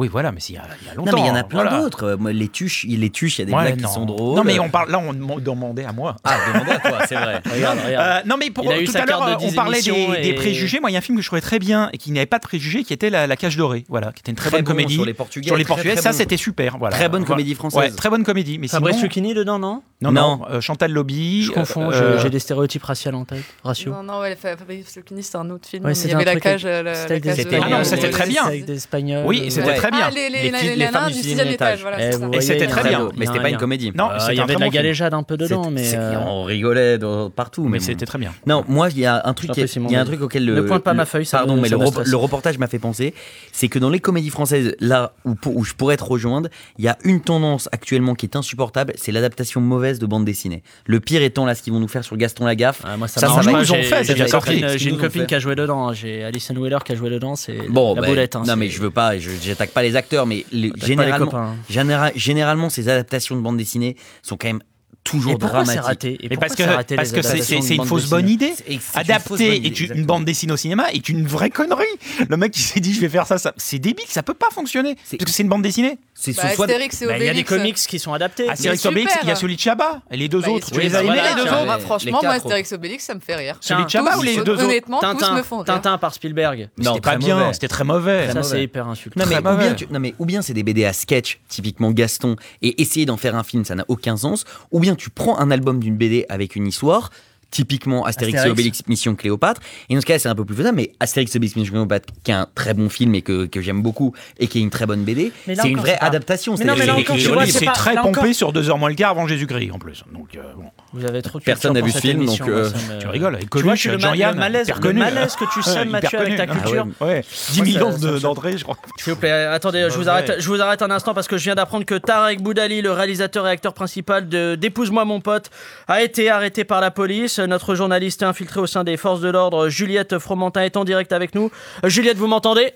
S6: Oui, voilà, mais c'est il y a, il y a longtemps.
S4: Non, mais il y en a plein
S6: voilà.
S4: d'autres. Euh, moi, Les tuches, il- les tuches, il y a des
S6: Ouais,
S4: blagues
S6: non.
S4: qui sont drôles.
S6: Non, mais on parle, là, on me demandait à moi.
S4: Ah, demandez à toi, c'est vrai. Regarde,
S6: Euh,
S4: regarde.
S6: non, mais pour,
S2: Il a eu
S6: tout
S2: sa
S6: à l'heure,
S2: carte de
S6: euh, on
S2: 10
S6: parlait des,
S2: émissions
S6: des
S2: et-
S6: préjugés. Moi, il y a un film que je trouvais très bien et qui n'avait pas de préjugés, qui était La, La Cage Dorée, voilà, qui était une très,
S4: Très
S6: bonne
S4: bon
S6: comédie.
S4: sur les Portugais,
S6: Sur les
S4: très,
S6: Portugais,
S4: très
S6: ça,
S4: bon.
S6: c'était super. Voilà.
S4: Très bonne
S6: Voilà.
S4: comédie française.
S6: Ouais, très bonne comédie. Mais
S2: Fabrice
S6: sinon-
S2: Lucchini dedans, non
S6: Non,
S4: Non.
S6: non, euh, Chantal Lobby.
S2: Je confonds,
S6: euh,
S2: je- j'ai des stéréotypes raciaux en tête. Ratio.
S5: Non, non, ouais, Fa- Fabrice Lucchini, c'est un autre film.
S2: Ouais,
S5: mais il
S2: c'était
S5: y
S2: un
S5: avait la
S2: truc
S5: cage.
S2: avec-
S5: euh, la-
S2: c'était
S5: la
S2: avec
S5: cage
S2: des
S5: de-
S6: Ah non,
S2: Espagnols,
S6: c'était
S2: euh,
S6: très bien.
S2: Avec des Espagnols.
S6: Oui, et c'était
S4: Ouais.
S6: très bien.
S5: Ah, les, les,
S4: Les
S5: les,
S4: filles-
S5: les,
S4: les femmes
S5: nanas
S4: du
S5: du
S4: sixième
S5: 6 étage,
S4: étage.
S5: voilà.
S2: Eh,
S5: c'est
S2: vous
S5: ça.
S2: voyez,
S6: c'était
S2: il y a
S6: très
S2: un
S6: bien.
S2: beau-
S4: Mais
S2: il
S4: c'était
S2: y a
S4: pas
S2: un-
S4: une comédie.
S6: Non,
S2: Euh,
S6: c'était
S2: Il y
S6: un
S2: avait de
S6: très
S2: la
S6: bon film.
S2: galéjade un peu dedans,
S4: C'était-
S2: mais.
S4: c'est-
S2: euh,
S4: On rigolait dans- partout.
S6: Mais
S4: mon-
S6: c'était très bien.
S4: Non, moi, il y a un truc,
S2: Je
S4: qui est-
S2: t'apprécie, mon
S4: il y a un
S2: ami.
S4: truc auquel le,
S2: Ne pointe pas
S4: le-
S2: ma feuille, ça
S4: Pardon,
S2: me-
S4: mais
S2: ça
S4: le,
S2: me
S4: rep-
S2: stresse.
S4: le reportage m'a fait penser, c'est que dans les comédies françaises, là où, pour- où je pourrais te rejoindre, il y a une tendance actuellement qui est insupportable, c'est l'adaptation mauvaise de bande dessinée. Le pire étant là ce qu'ils vont nous faire sur Gaston Lagaffe.
S2: Ah, moi, ça,
S4: Ça,
S2: m'a
S4: ça
S2: marqué.
S4: va,
S6: ils ont
S2: J'ai-
S6: fait,
S2: J'ai
S6: c'est
S2: une
S6: déjà sorti.
S2: copine,
S4: Ce
S2: j'ai
S4: qu'ils
S2: une
S4: nous ont
S2: copine
S4: fait.
S2: qui a joué dedans. J'ai Alison Wheeler qui a joué dedans. C'est
S4: Bon,
S2: la
S6: ben,
S4: bah,
S2: boulette. hein,
S4: non
S2: c'est-
S4: mais je veux pas, je- j'attaque pas les acteurs, mais les-
S2: Attaque pas les
S4: généralement,
S2: copains, hein.
S4: généra- généralement ces adaptations de bande dessinée sont quand même toujours
S2: Et pourquoi c'est
S4: dramatiques.
S2: raté Et
S6: Mais
S2: pourquoi
S6: parce
S2: c'est
S6: que
S2: raté,
S6: parce
S2: les
S6: que c'est-
S2: adaptations
S6: c'est
S2: de
S6: c'est une
S2: bande
S6: fausse bonne
S2: dessinée
S6: idée.
S4: C'est- c'est une fausse bonne
S6: Adapter
S4: idée,
S6: est une,
S4: exactement.
S6: bande dessinée au cinéma est une vraie connerie. Le mec qui s'est dit je vais faire ça, ça c'est débile, ça peut pas fonctionner
S4: C'est-
S6: parce que c'est une bande dessinée.
S4: C'est
S5: Bah,
S4: son choix de-
S5: Astérix et
S2: Bah, Il y a des
S5: Obélix.
S2: comics qui sont adaptés.
S6: Astérix
S5: super.
S6: Obélix, il y a celui de Chabat et les deux
S5: Bah,
S6: autres.
S5: ils
S6: Tu
S5: sont-
S6: les as
S5: bah,
S6: aimés
S5: voilà,
S6: les deux
S5: tiens,
S6: autres
S5: moi,
S4: Les
S5: Franchement, moi,
S4: quatre
S5: Astérix Obélix, ça me fait rire.
S6: Celui de Chabat ou les
S5: Tous,
S6: deux autres
S5: Honnêtement, tous me font rire.
S2: Tintin par Spielberg.
S4: Non,
S6: C'était pas
S4: très
S6: bien,
S4: mauvais.
S6: c'était très mauvais.
S2: Ça, c'est
S4: mauvais.
S2: hyper insultant.
S4: Non mais,
S6: Très
S4: ou
S6: mauvais.
S4: bien tu- non, mais ou bien c'est des BD à sketch, typiquement Gaston, et essayer d'en faire un film, ça n'a aucun sens. Ou bien tu prends un album d'une BD avec une histoire, typiquement Astérix, et
S2: Astérix.
S4: Obélix Mission Cléopâtre. Et dans ce cas, c'est un peu plus faisable, mais Astérix et Obélix Mission Cléopâtre, qui est un très bon film et que, que j'aime beaucoup, et qui est une très bonne BD,
S2: Mais là
S4: c'est une
S2: encore,
S4: vraie
S2: c'est pas-
S4: adaptation.
S2: Mais non,
S4: c'est-à-dire
S2: mais là
S4: que
S2: encore,
S4: les-
S2: tu
S4: les-
S2: vois,
S4: les-
S6: c'est
S2: pas-
S6: très
S2: là
S6: pompé
S2: encore-
S6: sur 2 heures moins le quart avant Jésus-Christ en plus. Donc euh, bon,
S2: Vous avez trop de culture
S4: Personne n'a vu
S2: pour
S4: ce
S2: cette
S4: film,
S2: émission,
S4: donc,
S2: moi,
S4: euh,
S2: ça me-
S6: tu rigoles. Et
S2: Tu vois, je
S6: Coluche, euh,
S2: suis le, ma-
S6: Jean-Yann,
S2: le malaise,
S6: hyper
S2: le
S6: connu, là.
S2: malaise que tu
S6: Ouais,
S2: sèmes,
S6: hyper
S2: Mathieu, avec
S6: connu.
S2: ta
S6: Ah ouais.
S2: culture.
S6: Ouais. 10
S2: ça-
S6: 000 ans
S2: ça
S6: de-
S2: me
S6: d'entrée, je crois.
S2: S'il vous plaît, attendez, je vous,
S6: Mauvais.
S2: arrête, je vous arrête un instant parce que je viens d'apprendre que Tarek Boudali, le réalisateur et acteur principal de D'épouse-moi mon pote, a été arrêté par la police. Notre journaliste infiltré au sein des forces de l'ordre, Juliette Fromentin, est en direct avec nous. Euh, Juliette, vous m'entendez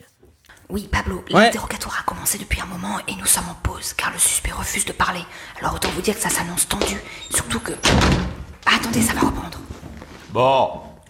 S13: Oui, Pablo,
S2: Ouais.
S13: l'interrogatoire a commencé depuis un moment et nous sommes en pause car le suspect refuse de parler. Alors autant vous dire que ça s'annonce tendu. Surtout que. Ah, attendez, ça va reprendre.
S8: Bon,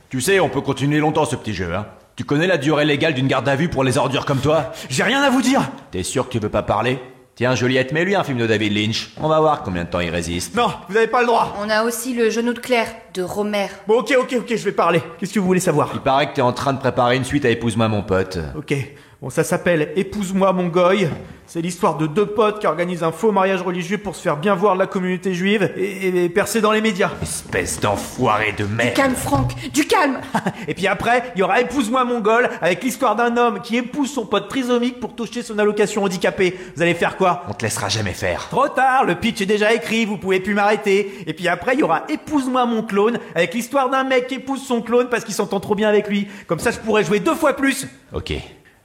S8: tu sais, on peut continuer longtemps ce petit jeu, hein. Tu connais la durée légale d'une garde à vue pour les ordures comme toi J'ai rien à vous dire T'es sûr que tu veux pas parler Tiens, Juliette, mets-lui un film de David Lynch. On va voir combien de temps il résiste.
S12: Non, vous n'avez pas le droit.
S13: On a aussi le genou de Claire de Romer.
S12: Bon, ok, ok, ok, je vais parler. Qu'est-ce que vous voulez savoir
S8: Il paraît que t'es en train de préparer une suite à Épouse-moi mon pote.
S12: Ok. Eh, Bon, ça s'appelle Épouse-moi mon goy. C'est l'histoire de deux potes qui organisent un faux mariage religieux pour se faire bien voir de la communauté juive et, et- et percer dans les médias.
S8: Espèce d'enfoiré de merde
S13: Calme, Franck, du calme
S12: Et puis après, il y aura Épouse-moi mongol avec l'histoire d'un homme qui épouse son pote trisomique pour toucher son allocation handicapée. Vous allez faire quoi
S8: On te laissera jamais faire.
S12: Trop tard, le pitch est déjà écrit, vous pouvez plus m'arrêter. Et puis après, il y aura Épouse-moi mon clone avec l'histoire d'un mec qui épouse son clone parce qu'il s'entend trop bien avec lui. Comme ça, je pourrais jouer deux fois plus.
S8: Ok,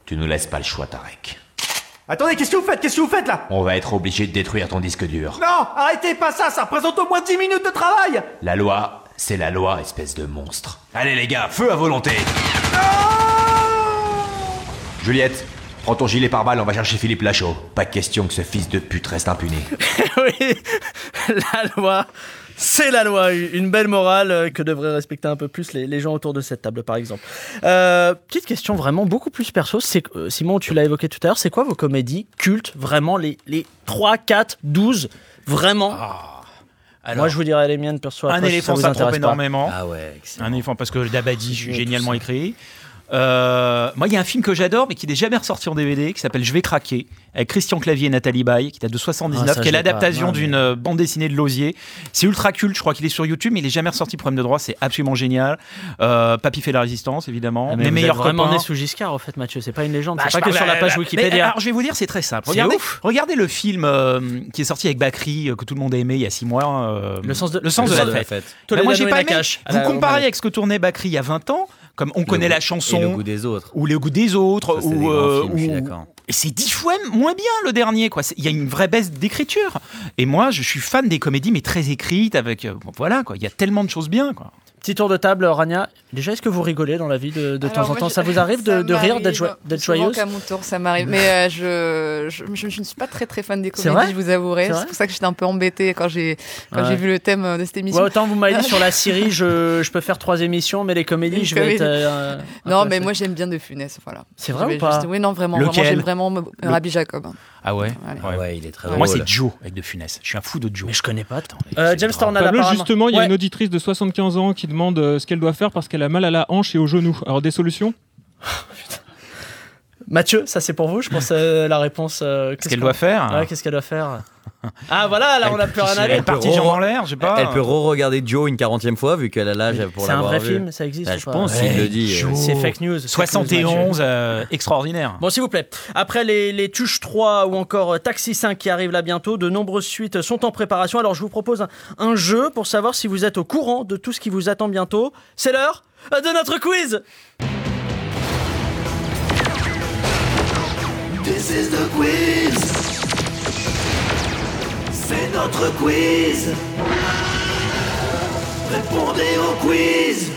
S8: tu nous laisses pas le choix, Tarek.
S12: Attendez, qu'est-ce que vous faites Qu'est-ce que vous faites là
S8: On va être obligé de détruire ton disque dur.
S12: Non, arrêtez pas ça, ça représente au moins 10 minutes de travail
S8: La loi, c'est la loi, espèce de monstre. Allez les gars, feu à volonté Juliette, prends ton gilet par balle, on va chercher Philippe Lachaud. Pas question que ce fils de pute reste impuni.
S2: Oui, la loi, c'est la loi. Une belle morale euh, que devraient respecter un peu plus les, les gens autour de cette table, par exemple. Euh, petite question vraiment beaucoup plus perso. C'est, euh, Simon, tu l'as évoqué tout à l'heure, c'est quoi vos comédies cultes, vraiment les, les 3, 4, 12, vraiment Moi, je vous dirais les miennes perso.
S6: un
S2: après, si
S6: éléphant,
S2: vous
S6: ça me trompe
S2: intéresse pas.
S6: énormément.
S4: Ah ouais, excellent.
S6: Un éléphant parce que Dabadi,
S2: Ouais,
S6: génialement écrit. Euh, moi, il y a un film que j'adore, mais qui n'est jamais ressorti en DVD, qui s'appelle Je vais craquer, avec Christian Clavier et Nathalie Baye, qui date de 79,
S2: Ah, ça,
S6: qui est
S2: je l'ai pas.
S6: l'adaptation
S2: Non, mais-
S6: d'une euh, bande dessinée de Lausier. C'est ultra culte, je crois qu'il est sur YouTube, mais il est jamais ressorti. Problème de droit, c'est absolument génial. Euh, Papy fait la résistance, évidemment.
S2: Ah, mais
S6: Mes
S2: vous
S6: meilleurs
S2: êtes vraiment
S6: copains.
S2: né sous Giscard, en fait, Mathieu. C'est pas une légende.
S6: Bah,
S2: c'est
S6: je
S2: pas que
S6: parle-
S2: sur la page
S6: bah, mais
S2: Wikipédia.
S6: alors, je vais vous dire, c'est très simple.
S2: C'est
S6: Regardez,
S2: ouf.
S6: regardez le film euh, qui est sorti avec Bakri, euh, que tout le monde a aimé il y a six mois. euh,
S2: Le sens de-
S6: le sens
S2: Le
S6: de,
S2: sens
S6: la
S2: de la
S6: fête.
S2: fête.
S6: Bah, moi,
S2: Toledano
S6: j'ai
S2: et
S6: pas aimé.
S2: Nakache.
S6: Vous
S2: Ah, là,
S6: comparez avec ce que tournait Bakri il y a 20 ans, comme on connaît
S4: goût-
S6: la chanson.
S4: et le goût des autres.
S6: Ou le goût des
S4: Ça,
S6: autres.
S4: c'est des
S6: ou,
S4: grands
S6: euh,
S4: films, je suis
S6: ou-
S4: d'accord.
S6: et c'est dix fois moins bien le dernier. quoi. C'est- Il y a une vraie baisse d'écriture. Et moi, je suis fan des comédies, mais très écrites. Avec, euh, bon, voilà, quoi. il y a tellement de choses bien. Quoi.
S2: Petit tour de table, Rania. Déjà, est-ce que vous rigolez dans la vie de, de
S5: Alors,
S2: temps en
S5: moi,
S2: temps
S5: je-
S2: Ça vous arrive de,
S5: ça
S2: de rire, d'être
S5: m'arrive
S2: joie- d'être
S5: souvent
S2: joyeuse
S5: qu'à mon tour, ça m'arrive. Mais euh, je, je, je- je ne suis pas très très fan des
S2: C'est
S5: comédies,
S2: vrai
S5: je vous avouerai.
S2: C'est
S5: C'est
S2: vrai
S5: pour ça que j'étais un peu embêtée quand j'ai quand
S2: Ouais.
S5: j'ai vu le thème euh, de cette émission.
S2: Ouais, autant vous m'avez dit sur la Syrie, je, je peux faire trois émissions, mais les comédies,
S5: Une
S2: je vais
S5: comédie.
S2: être. euh, un- un
S5: non,
S2: peu
S5: mais
S2: la-
S5: moi j'aime bien De Funès, voilà.
S2: C'est vrai
S5: Je
S2: ou
S5: vais
S2: pas
S5: juste- Oui, non, vraiment,
S6: Lequel
S5: vraiment, j'aime vraiment
S6: Le-
S5: Rabbi Jacob.
S6: Ah ouais,
S4: ouais. il est très
S6: Moi,
S4: drôle.
S6: c'est Joe avec De Funès. Je suis un fou de Joe. Mais
S2: je connais pas. Euh, James Tornada,
S7: Pablo,
S2: apparemment.
S7: justement, il y a
S2: Ouais.
S7: une auditrice de 75 ans qui demande euh, ce qu'elle doit faire parce qu'elle a mal à la hanche et au genou. Alors, des solutions
S2: Mathieu, ça c'est pour vous, je pense, euh, la réponse. euh, qu'est-ce
S6: qu'elle
S2: qu'on-
S6: doit faire
S2: Ouais, qu'est-ce qu'elle doit faire Ah voilà, là on a plus rien à
S4: Elle
S2: dire.
S4: peut re- Elle peut re-regarder Joe une quarantième fois vu qu'elle a l'âge pour
S2: C'est un
S4: l'avoir
S2: vrai
S4: vu.
S2: film, ça existe
S4: Bah,
S2: ou
S4: Je
S2: pas
S4: pense
S2: Ouais,
S4: qu'il le dit.
S2: Joe.
S4: euh,
S2: C'est fake news, fake
S6: 71,
S2: news,
S6: euh, extraordinaire.
S2: Bon, s'il vous plaît. Après les, les Tuches 3 ou encore euh, Taxi 5 qui arrivent là bientôt, de nombreuses suites sont en préparation. Alors, je vous propose un, un jeu pour savoir si vous êtes au courant de tout ce qui vous attend bientôt. C'est l'heure euh, de notre quiz
S9: This is the quiz C'est notre quiz Répondez au quiz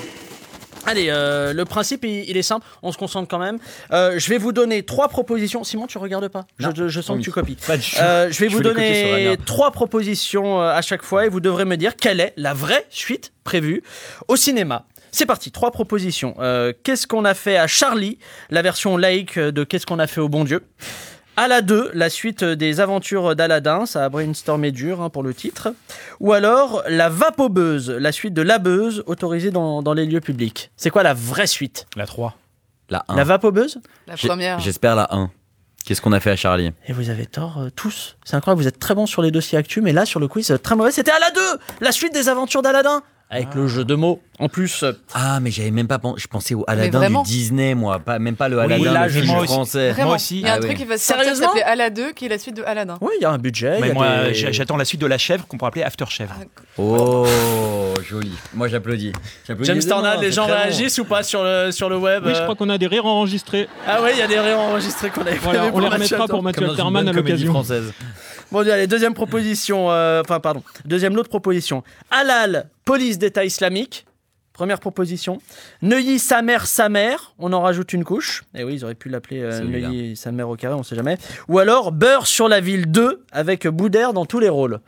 S2: Allez, euh, le principe, il, il est simple. On se concentre quand même. Euh, je vais vous donner trois propositions. Simon, tu regardes pas Je, je- je sens que tu copies. Euh, je vais
S4: Je
S2: vous
S4: vais les copier sur
S2: donner
S4: Rania.
S2: trois propositions euh, à chaque fois et vous devrez me dire quelle est la vraie suite prévue au cinéma. C'est parti, trois propositions. Euh, Qu'est-ce qu'on a fait à Charlie, la version laïque de Qu'est-ce qu'on a fait au bon Dieu à la 2, la suite des aventures d'Aladin, ça a brainstormé dur hein, pour le titre. Ou alors la vapobeuse, la suite de la beuse autorisée dans, dans les lieux publics. C'est quoi la vraie suite
S6: La 3.
S4: La 1.
S2: La vapobeuse
S5: La
S4: J'ai-
S5: première.
S4: J'espère la 1. Qu'est-ce qu'on a fait à Charlie
S2: Et vous avez tort euh, tous. C'est incroyable, vous êtes très bons sur les dossiers actus, mais là, sur le quiz, euh, très mauvais. C'était à la 2, la suite des aventures d'Aladin. Avec le jeu de mots en plus.
S4: Ah, mais j'avais même pas pensé. Je pensais au Aladdin
S5: vraiment
S4: du Disney, moi. Pas, même pas le Aladdin
S2: là,
S4: le
S2: je-
S4: film
S2: moi aussi.
S4: français. Ah
S5: Vraiment. Il y a un truc qui va sortir qui
S2: Sérieusement
S5: s'appelait Ala 2, qui est la suite de Aladdin.
S2: Oui, il y a un budget. il Eh, y
S6: Mais
S2: a
S6: moi,
S2: des-
S6: j'a- j'attends la suite de la chèvre qu'on pourrait appeler After Chèvre.
S4: Oh, joli. Moi, j'applaudis. J'applaudis
S2: James
S4: aisément,
S2: Tornade, les
S4: c'est
S2: gens
S4: très bon.
S2: réagissent Bah, ou pas sur le, sur le web
S7: Oui, je
S2: euh,
S7: crois qu'on a des rires enregistrés.
S2: Ah ouais, il y a des rires enregistrés qu'on avait pas
S7: Voilà,
S2: mis
S7: on
S2: pour hein.
S7: les
S2: Mathieu
S7: remettra pour
S2: Alterman.
S7: Mathieu
S4: Comme dans une
S7: Alterman à
S4: bonne comédie
S7: l'occasion.
S4: française.
S2: Bon, allez, deuxième proposition, euh, enfin, pardon, deuxième lot de propositions. Halal, police d'État islamique. Première proposition. Neuilly, sa mère, sa mère. On en rajoute une couche. Et oui, ils auraient pu l'appeler euh,
S4: Celui-là.
S2: Neuilly, sa mère au carré, on sait jamais. Ou alors Beurre sur la ville 2 avec Boudère dans tous les rôles.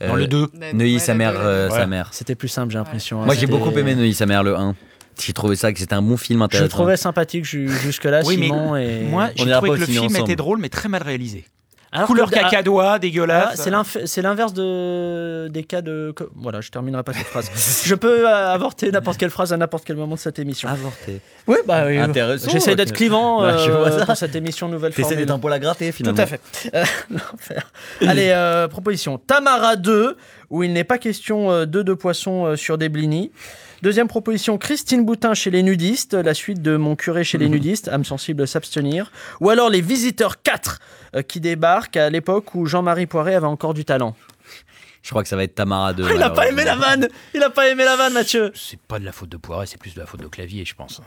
S6: Dans le 2.
S4: Euh, Neuilly, sa mère, euh, sa mère.
S2: C'était plus simple, j'ai l'impression. hein,
S4: Moi, j'ai
S2: c'était-
S4: beaucoup aimé Neuilly, sa mère, le 1. J'ai trouvé ça que c'était un bon film
S2: Je
S4: intéressant.
S2: le trouvais sympathique ju- jusque-là,
S6: Oui, mais
S2: Ah, Simon. et...
S6: moi, j'ai
S4: ira
S6: trouvé
S4: pas
S6: que
S4: au
S6: le
S4: ciné
S6: film était
S4: ensemble.
S6: drôle, mais très mal réalisé.
S2: Alors
S6: Couleur
S2: que- ah,
S6: cacadois,
S2: Ah,
S6: dégueulasse.
S2: c'est l'inf- c'est l'inverse de des cas de co- voilà je terminerai pas cette phrase je peux euh, avorter n'importe quelle phrase à n'importe quel moment de cette émission
S4: Avorté.
S2: oui bah oui,
S4: Intéressant,
S2: j'essaie
S4: ok.
S2: d'être clivant
S4: Bah, je
S2: euh,
S4: vois ça.
S2: pour cette émission nouvelle
S4: T'essaies
S2: formule
S4: d'être un poil à gratter, finalement.
S2: tout à fait Euh, l'enfer. allez euh, proposition Tamara 2 où il n'est pas question euh, d'œufs de poisson euh, sur des blinis Deuxième proposition, Christine Boutin chez les nudistes, la suite de Mon curé chez les nudistes, âme sensible s'abstenir. Ou alors Les Visiteurs 4 euh, qui débarquent à l'époque où Jean-Marie Poiré avait encore du talent.
S4: Je crois que ça va être Tamara 2.
S2: Ah, il a pas aimé la vanne Il a pas aimé la vanne, Mathieu
S6: C'est pas de la faute de Poiret, c'est plus de la faute de Clavier, je pense.